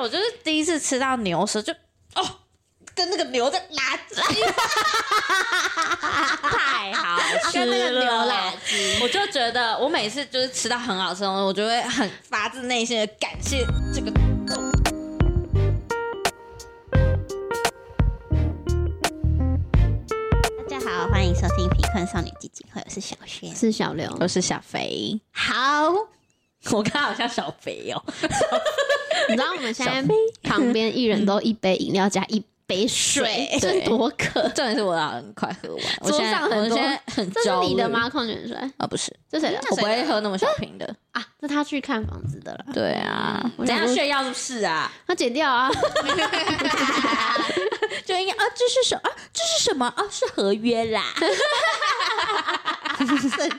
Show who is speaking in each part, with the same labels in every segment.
Speaker 1: 我就是第一次吃到牛舌，就哦，跟那个牛在拉鸡，
Speaker 2: 太 好吃
Speaker 1: 啊跟那个牛
Speaker 2: 了，
Speaker 1: 拉鸡，我就觉得我每次就是吃到很好吃的东西，我就会很发自内心的感谢这个。
Speaker 2: 大家好，欢迎收听《贫困少女基金会》，我是小轩。
Speaker 3: 是小刘，
Speaker 1: 我是小肥，
Speaker 2: 好，
Speaker 1: 我看好像小肥哦，
Speaker 3: 你知道我们现在旁边一人都一杯饮料加一杯水，
Speaker 1: 对
Speaker 3: 这多渴！
Speaker 1: 重点是我老人快喝完，我
Speaker 3: 桌
Speaker 1: 现在
Speaker 3: 上很
Speaker 1: 我
Speaker 3: 多
Speaker 1: 现在很
Speaker 3: 这
Speaker 1: 焦虑
Speaker 3: 是你的？吗？矿泉水
Speaker 1: 啊，不是，
Speaker 3: 这谁的
Speaker 1: 我不会喝那么小瓶 的。
Speaker 3: 啊？这他去看房子的了，
Speaker 1: 对啊，
Speaker 3: 我
Speaker 1: 怎样
Speaker 3: 想说
Speaker 1: 炫耀是不是啊？
Speaker 3: 他剪掉 啊！
Speaker 1: 就应该啊，这是什么？啊这是什么？啊，是合约啦。
Speaker 3: 神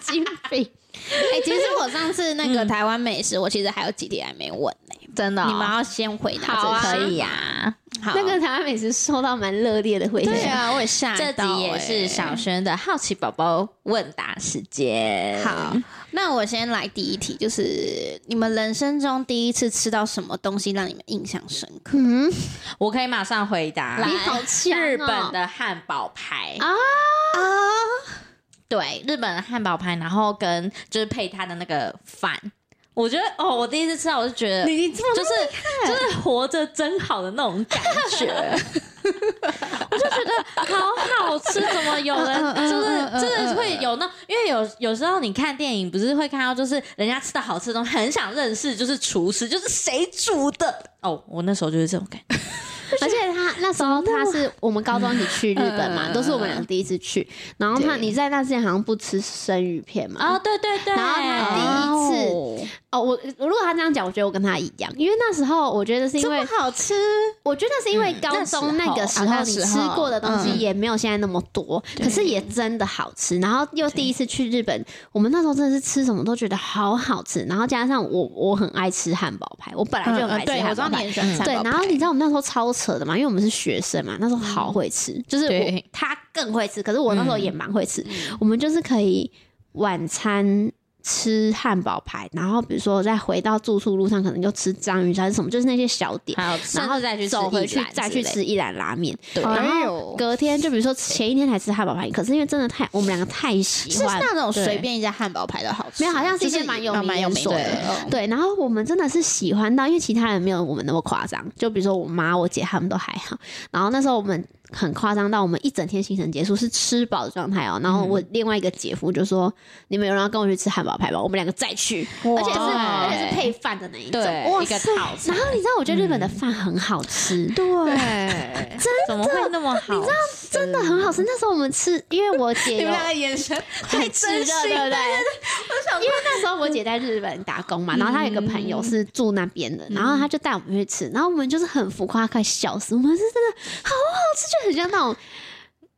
Speaker 3: 经 病！
Speaker 2: 哎、其实我上次那个台湾美食，我其实还有几题还没问呢、
Speaker 1: 真的哦、
Speaker 2: 你们要先回答
Speaker 3: 好啊
Speaker 2: 这
Speaker 1: 可
Speaker 2: 些
Speaker 1: 以啊。好，
Speaker 3: 那个台湾美食受到蛮热烈的回响
Speaker 2: 对，啊，我也吓
Speaker 1: 这
Speaker 2: 到、
Speaker 1: 集也是
Speaker 2: 哎
Speaker 1: 小轩的好奇宝宝问答时间。
Speaker 2: 好，那我先来第一题，就是你们人生中第一次吃到什么东西让你们印象深刻？
Speaker 3: 嗯，
Speaker 1: 我可以马上回答。
Speaker 3: 你好强哦
Speaker 1: 日本的汉堡排
Speaker 3: 啊
Speaker 1: 对，日本的汉堡排，然后跟就是配它的那个饭，我觉得哦，我第一次吃到，我就觉得
Speaker 3: 你这么
Speaker 1: 就是就是活着真好的那种感 觉。我就觉得好好吃，怎么 有
Speaker 3: 嗯
Speaker 1: 人就是真的会有那？因为有有时候你看电影，不是会看到就是人家吃的好吃的东西，很想认识，就是厨师，就是谁煮的哦。我那时候就是这种感觉，
Speaker 3: 而且 他那时候他是我们高中一起去日本嘛，
Speaker 2: 嗯
Speaker 3: 都是我们俩第一次去。然后他
Speaker 2: 对啊
Speaker 3: 你在那之前好像不吃生鱼片嘛？
Speaker 1: 哦，对对对，
Speaker 3: 然后他第一
Speaker 2: 嗯
Speaker 3: 次
Speaker 2: 哦
Speaker 3: 哦，我我如果他这样讲，我觉得我跟他一样，因为那时候我觉得是因
Speaker 2: 这
Speaker 3: 为
Speaker 2: 么好吃，
Speaker 3: 我觉得是因为高中那个时候
Speaker 2: 那
Speaker 3: 你
Speaker 2: 嗯时候
Speaker 3: 吃过的东西
Speaker 2: 嗯
Speaker 3: 也没有现在那么多，可是也真的好吃。然后又第一次去日本，我们那时候真的是吃什么都觉得好好吃。然后加上我我很爱吃汉堡排，我本来就很爱
Speaker 2: 嗯对，
Speaker 3: 吃
Speaker 2: 我
Speaker 3: 汉
Speaker 2: 知道你
Speaker 3: 堡排。
Speaker 2: 很喜欢吃
Speaker 3: 对，
Speaker 2: 汉堡
Speaker 3: 然后
Speaker 2: 排嗯
Speaker 3: 你知道我们那时候超扯的嘛，因为我们是学生嘛，那时候好会吃，就是我
Speaker 1: 对
Speaker 3: 他更会吃，可是我那时候也蛮会吃，
Speaker 2: 嗯
Speaker 3: 我们就是可以晚餐吃汉堡排，然后比如说再回到住宿路上，可能就吃章鱼烧还是什么，就是那些小点，
Speaker 1: 还有，
Speaker 3: 然
Speaker 1: 甚
Speaker 3: 后
Speaker 1: 至再去
Speaker 3: 走回去再去吃一兰拉面，然
Speaker 2: 哎
Speaker 3: 后隔天就比如说前一天才吃汉堡排，可是因为真的太我们两个太喜
Speaker 2: 是
Speaker 3: 欢，
Speaker 2: 那种
Speaker 1: 对
Speaker 2: 随便一家汉堡排都好吃，
Speaker 3: 没有好像是一
Speaker 2: 就
Speaker 3: 间蛮有
Speaker 2: 啊
Speaker 3: 名
Speaker 2: 蛮有
Speaker 3: 连
Speaker 2: 名
Speaker 3: 锁的
Speaker 2: 的，
Speaker 3: 对，然后我们真的是喜欢到，因为其他人没有我们那么夸张，就比如说我妈、我姐他们都还好，然后那时候我们很夸张到我们一整天行程结束是吃饱的状态哦，然后我另外一个姐夫就说：“你们有人要跟我去吃汉堡排吗？我们两个再去，而且是而且是配饭的那一种，
Speaker 1: 对
Speaker 3: 哇
Speaker 1: 一个
Speaker 3: 塞
Speaker 1: 套餐
Speaker 3: 然后你知道，我觉得日本的饭很好吃，
Speaker 2: 对，
Speaker 1: 怎么会那么好？你知道
Speaker 3: 真的很好吃。那时候我们吃，因为我姐有
Speaker 2: 个眼神
Speaker 3: 太炙热，对不对？因为那时候我姐在日本打工
Speaker 1: 嗯
Speaker 3: 嘛，然后她有一个朋友是住那边的，然后她就带我们去吃，然后我们就是很浮夸，快笑死，我们是真的好好吃，就很像那种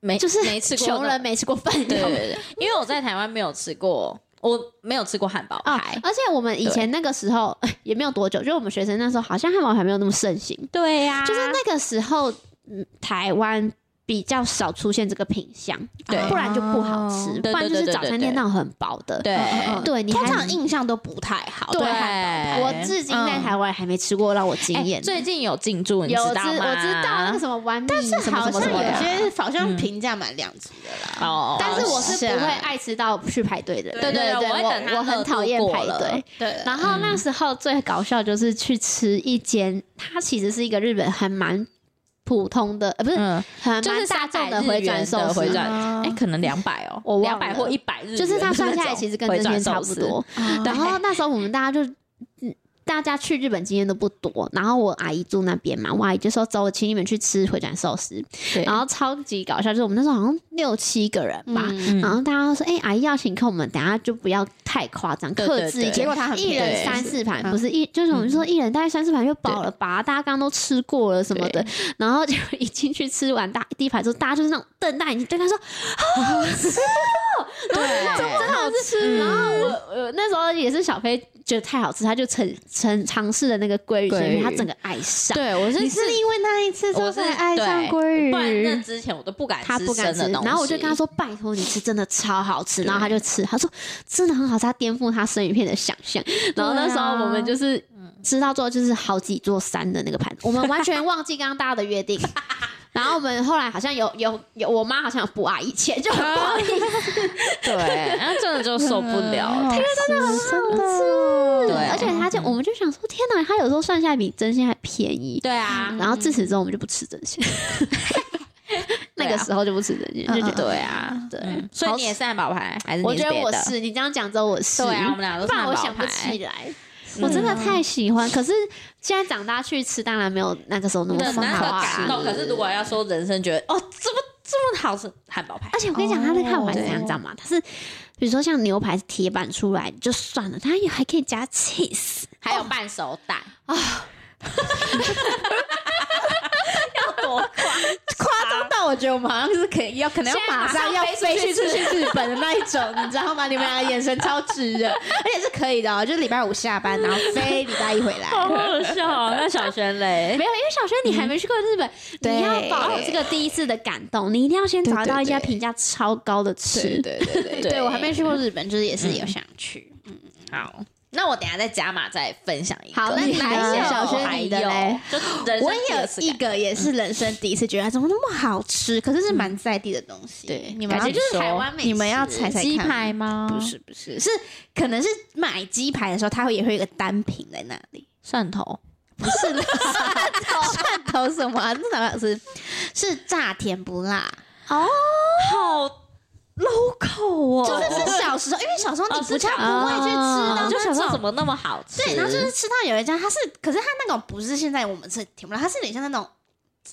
Speaker 1: 没
Speaker 3: 就是
Speaker 1: 没吃过
Speaker 3: 穷
Speaker 1: 的
Speaker 3: 人没吃过饭
Speaker 1: 对
Speaker 3: 的
Speaker 1: 对对，因为我在台湾没有吃过，我没有吃过汉堡
Speaker 3: 啊
Speaker 1: 排。！
Speaker 3: 而且我们以前那个时候也没有多久，就是我们学生那时候好像汉堡还没有那么盛行，
Speaker 1: 对呀
Speaker 3: 就是那个时候嗯台湾。比较少出现这个品相，
Speaker 1: 对
Speaker 3: 不然就不好吃，
Speaker 1: 哦
Speaker 3: 不然就是早餐店那种很薄的，
Speaker 1: 对
Speaker 3: 对，你
Speaker 2: 通
Speaker 3: 还
Speaker 2: 常印象都不太好，
Speaker 3: 嗯对
Speaker 2: 汉堡
Speaker 3: 我
Speaker 2: 排
Speaker 3: 至今在台湾还没吃过让我惊
Speaker 1: 嗯哎
Speaker 3: 艳的。
Speaker 1: 最近有进驻，你
Speaker 3: 有
Speaker 1: 知
Speaker 3: 知
Speaker 1: 道吗？
Speaker 3: 我知道那个什么完但
Speaker 2: 是
Speaker 3: 什么
Speaker 2: 好
Speaker 3: 什么
Speaker 2: 像
Speaker 3: 什
Speaker 2: 有
Speaker 3: 么的，
Speaker 2: 些好像评价蛮两极的啦，
Speaker 1: 哦，
Speaker 3: 但是我是不会
Speaker 2: 像
Speaker 3: 爱吃到去排队的人。
Speaker 1: 对对对
Speaker 3: 对，
Speaker 1: 我会等它
Speaker 3: 我
Speaker 1: 热
Speaker 3: 我很
Speaker 1: 度
Speaker 3: 讨厌
Speaker 1: 过
Speaker 3: 排
Speaker 1: 了嗯
Speaker 3: 队。
Speaker 2: 对
Speaker 3: 然后那时候最搞笑就是去吃一间，它其实是一个日本还蛮普通的，呃，不是
Speaker 1: 嗯，
Speaker 3: 很
Speaker 1: 就
Speaker 3: 蛮
Speaker 1: 是
Speaker 3: 大众
Speaker 1: 的
Speaker 3: 回转寿
Speaker 1: 回
Speaker 3: 司。
Speaker 1: 转，哎，可能两百哦，
Speaker 3: 嗯我
Speaker 1: 两
Speaker 3: 忘
Speaker 1: 百
Speaker 3: 了
Speaker 1: 或一百日元，
Speaker 3: 就是它算下来其实跟真
Speaker 1: 回转
Speaker 3: 轩
Speaker 1: 寿
Speaker 3: 差不
Speaker 1: 司
Speaker 3: 多，
Speaker 2: 哎
Speaker 3: 然后哦那时候我们大家就，嗯大家去日本经验都不多。然后我阿姨住那边嘛，我阿姨就说：“走，我请你们去吃回转寿司。”
Speaker 1: 对
Speaker 3: 然后超级搞笑，就是我们那时候好像六七个人吧，
Speaker 2: 嗯
Speaker 3: 然后大家都说：“哎、阿姨要请客，我们等下就不要太夸张，
Speaker 1: 对
Speaker 3: 克制
Speaker 1: 对对
Speaker 3: 一点。”
Speaker 2: 结果他很
Speaker 3: 一
Speaker 2: 便宜
Speaker 3: 人三四盘，不是一，就是我们说一人大概三四盘就饱了吧，大家刚刚都吃过了什么的，然后就一进去吃完大第一排之后，大家就是那种瞪大眼睛对他说
Speaker 1: 对，
Speaker 3: 真好吃。然后我我那时候也是小飞觉得太好吃，他就尝尝尝试了那个鲑鱼生
Speaker 1: 鲑鱼
Speaker 3: 鱼，他整个爱上。
Speaker 1: 对我是是
Speaker 3: 因为那一次
Speaker 1: 我是对不然那？之前我都不敢
Speaker 3: 他不敢
Speaker 1: 生
Speaker 3: 吃，
Speaker 1: 的东西。
Speaker 3: 然后我就跟他说：“拜托你吃，真的超好吃。”然后他就吃，他说：“真的很好吃，他颠覆他生鱼片的想象。”然后那时候我们就是吃到最后就是好几座山的那个盘，我们完全忘记刚刚大家的约 定。然后我们后来好像有有有，我妈好像有不爱以前就很不好意思，
Speaker 1: 对， 然后真的就受不了，
Speaker 2: 这个真的很好
Speaker 1: 对啊
Speaker 3: 嗯而且它就我们就想说，天哪，它有时候算下来比真鲜还便宜。
Speaker 1: 对啊，
Speaker 3: 嗯然后自此之后，我们就不吃真鲜，
Speaker 1: 嗯
Speaker 3: 那个时候就不吃真鲜，就觉得
Speaker 1: 对啊，
Speaker 3: 对
Speaker 1: 嗯所以你也是汉堡牌，还是
Speaker 3: 我
Speaker 1: 你
Speaker 3: 觉得
Speaker 1: 别
Speaker 3: 我
Speaker 1: 的
Speaker 3: 是你这样讲之后，我是
Speaker 1: 对啊，我们俩都
Speaker 3: 不
Speaker 1: 是
Speaker 3: 然
Speaker 1: 汉
Speaker 3: 我
Speaker 1: 堡
Speaker 3: 想不起
Speaker 1: 牌，嗯
Speaker 3: 来。我真的太喜欢，可是现在长大去吃，当然没有那个时候那么
Speaker 1: 对，
Speaker 3: 疯
Speaker 1: 那
Speaker 3: 狂
Speaker 1: 个
Speaker 3: 吃
Speaker 1: 感。动。可是如果要说人生，觉得哦，这么这么好吃汉堡排，
Speaker 3: 而且我跟你讲，它那个汉堡排是
Speaker 2: 哦
Speaker 3: 怎样，你知道吗？它是比如说像牛排是铁板出来就算了，它也还可以加 cheese，
Speaker 1: 还有半熟蛋啊，要多快？
Speaker 2: 夸张到我觉得我们好像是可以要可能要马上要飞去出去日 本的那一种，你知道吗？你们俩的眼神超直的，而且是可以的、哦，就是礼拜五下班，然后飞礼拜一回来。
Speaker 1: 好好笑哦！那小轩嘞
Speaker 3: 没，有，因为小轩你还没去过日本，
Speaker 2: 嗯对
Speaker 3: 你要保有这个第一次的感动，你一定要先找到一家评价超高的吃。
Speaker 2: 对对对对，我还没去过日本，就是也是有想去。
Speaker 1: 好，那我等一下再加码再分享一个。
Speaker 3: 好那你
Speaker 1: 还
Speaker 3: 呢
Speaker 1: 有
Speaker 3: 小轩
Speaker 1: 还
Speaker 3: 你的嘞
Speaker 1: 有，就人生
Speaker 2: 我
Speaker 1: 第二
Speaker 2: 也
Speaker 1: 次
Speaker 2: 有一
Speaker 1: 感
Speaker 2: 个也是人生第一次觉得怎么那么好吃，可是是蛮在地的东西。
Speaker 1: 嗯对
Speaker 2: 你们要
Speaker 1: 感觉就是台湾
Speaker 3: 美食
Speaker 2: 你们要猜猜看
Speaker 1: 鸡排吗？
Speaker 2: 不是不是，是可能是买鸡排的时候，它会也会有一个单品在那里。
Speaker 1: 蒜头，
Speaker 2: 不 是啦蒜头，蒜头什么、啊？这哪好吃？是炸甜不辣，
Speaker 3: 哦，
Speaker 1: 好 local 哦，
Speaker 2: 就是是小时候，因为小时候
Speaker 1: 哦
Speaker 2: 你
Speaker 1: 是
Speaker 2: 不叫
Speaker 1: 小
Speaker 2: 不会去吃
Speaker 3: 哦
Speaker 2: 到
Speaker 1: 我
Speaker 2: 那
Speaker 1: 啊就想说
Speaker 2: 种
Speaker 1: 怎么那么好吃？
Speaker 2: 对，然后就是吃到有一家，它是，可是它那种不是现在我们吃的甜不辣，它是有点像那种